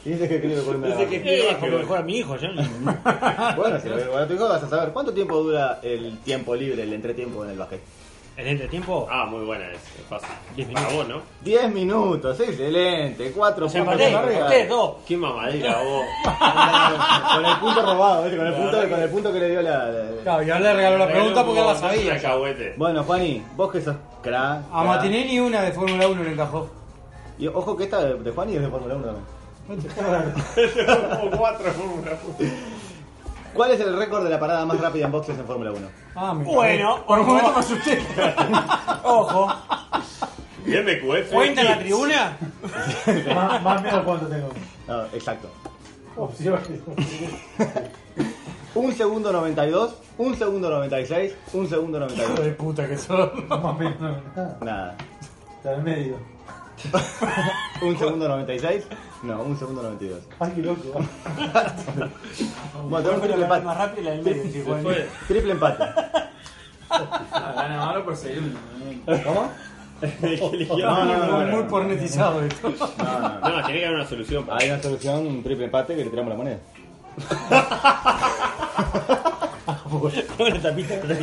B: Y dices que escribe columna de básquet.
G: Eh, porque mejor a mi hijo, yo no.
B: Bueno, si lo veo a tu hijo vas a saber cuánto tiempo dura el tiempo libre, el entretiempo en el básquet.
G: El entretiempo.
D: Ah, muy buena es, es fácil.
G: Diez
D: Para vos, ¿no?
B: 10 minutos, excelente. 4
G: Se
B: puntos
G: empaté,
B: para arriba.
G: ustedes dos.
D: Qué mamadera vos.
B: Con el punto robado, ¿viste? con el punto, con el punto que le dio la. la- la-
F: Claro, y ahora le regaló la pregunta porque la
D: Vos, sos un
F: sabía.
D: Cacahuete.
B: Bueno, Juani, vos que sos cra.
F: A Matiné ni una de Fórmula 1 le encajó.
B: Y ojo que esta de de Juani es de Fórmula 1 también.
F: Ah,
D: Como cuatro Fórmula uno.
B: ¿Cuál es el récord de la parada más rápida en boxes en Fórmula 1?
F: Ah, me
G: Bueno,
F: por un
G: ojo.
F: momento me asusté. Ojo.
D: Bien, BQF.
G: ¿Cuenta en la tribuna?
E: Más más menos cuánto tengo.
B: No, exacto.
E: Opciones.
B: Un segundo 92, un segundo 96, un segundo
F: Hijo
B: 92.
F: de puta que son.
E: Más menos nada.
B: Nada.
E: Está en medio.
B: Un segundo 96, no, un segundo 92.
E: Ay, qué loco.
B: Bueno, tenemos triple
G: La más
B: empate.
G: rápida y la del medio. sí, bueno.
D: Fue-
B: Triple empate.
H: Ah, gana Mauro por segundo.
B: ¿Cómo?
F: No, no, no, muy pornetizado esto.
D: No, tiene que haber una solución. pues.
B: Hay una solución, un triple empate que le tiramos la moneda.
D: Una tapita.
F: Pero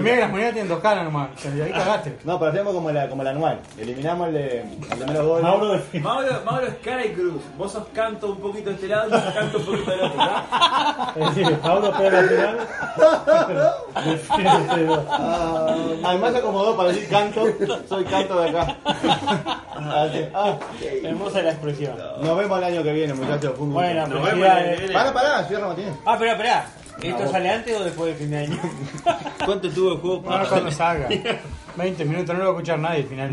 F: mira que las monedas tienen dos caras nomás. y Ahí cagaste.
B: No, pero hacemos como, la, como el anual. Eliminamos el de el de menos goles.
H: Mauro, Mauro es cara y cruz. Vos sos canto un poquito de este lado y yo canto un poquito del otro. ¿verdad?
J: Es decir, Mauro pega la final. Defiende, pero-
B: Ah, además se acomodó para decir canto. Soy canto de acá. Así. Ah,
G: Hermosa la expresión.
B: nos vemos el año que viene, muchachos. Fue un gusto.
G: Bueno,
D: Nos vemos en el
G: felicidades.
D: DVD.
B: Para, para, cierra Matías.
G: Ah, espera, espera. ¿Esto sale antes o después del fin de año? Ah.
D: ¿Cuánto tuvo el juego?
F: No, no cuando salga. 20 minutos, no lo va a escuchar nadie al final.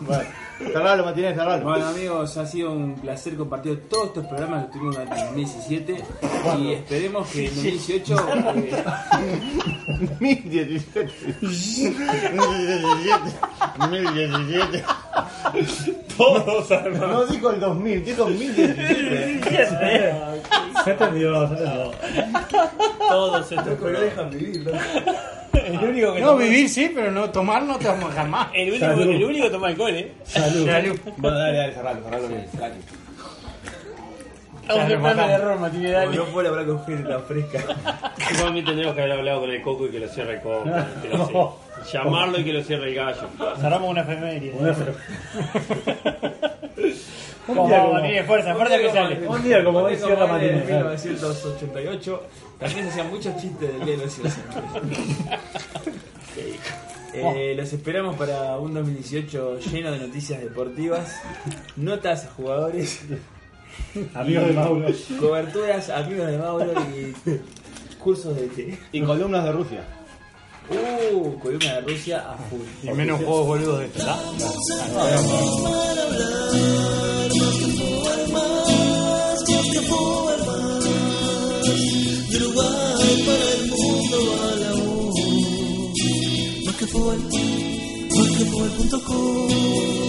F: igual.
B: Cerralo, Matías, cerralo.
H: Bueno amigos, ha sido un placer compartir todos estos programas que tuvimos durante el 2017 y esperemos que en 2018 eh,
B: 2017. 2017. 2017.
D: Todos armados.
B: No dijo el 2000, dijo 2017.
J: Se entendió, se entendió.
D: Todos estos programas.
G: El único que
F: No,
G: toma-
F: vivir sí, pero no tomar no te vamos jamás.
G: El único, el único que toma alcohol, ¿eh?
J: Salud.
B: Bueno, dale, dale, cerralo, cerralo bien. Dale.
G: Estamos temblando de error, Matilde, dale.
H: no puedo hablar con gente tan fresca.
D: Igualmente tendríamos que haber hablado con el Coco y que lo cierre el Coco. que lo cierre. Llamarlo y que lo cierre el gallo.
G: Cerramos una efeméride.
J: Una fe-
G: Vamos,
J: día como-
G: Matilde, fuerza, fuerza que sale.
J: Un día como hoy
H: Porque
J: cierra
H: como en
J: Martínez.
H: 1988 también se hacían muchos chistes del día de los inocentes. Eh, los esperamos para un 2018 lleno de noticias deportivas, notas a jugadores,
J: Amigos de Mauro.
H: coberturas, amigos de Mauro y cursos de té.
B: Y columnas de Rusia.
H: Uh, columna de Rusia a full.
F: Y menos juegos boludos de esto.
A: de lugar para el mundo a la voz. Más que fútbol, más que fútbol punto com.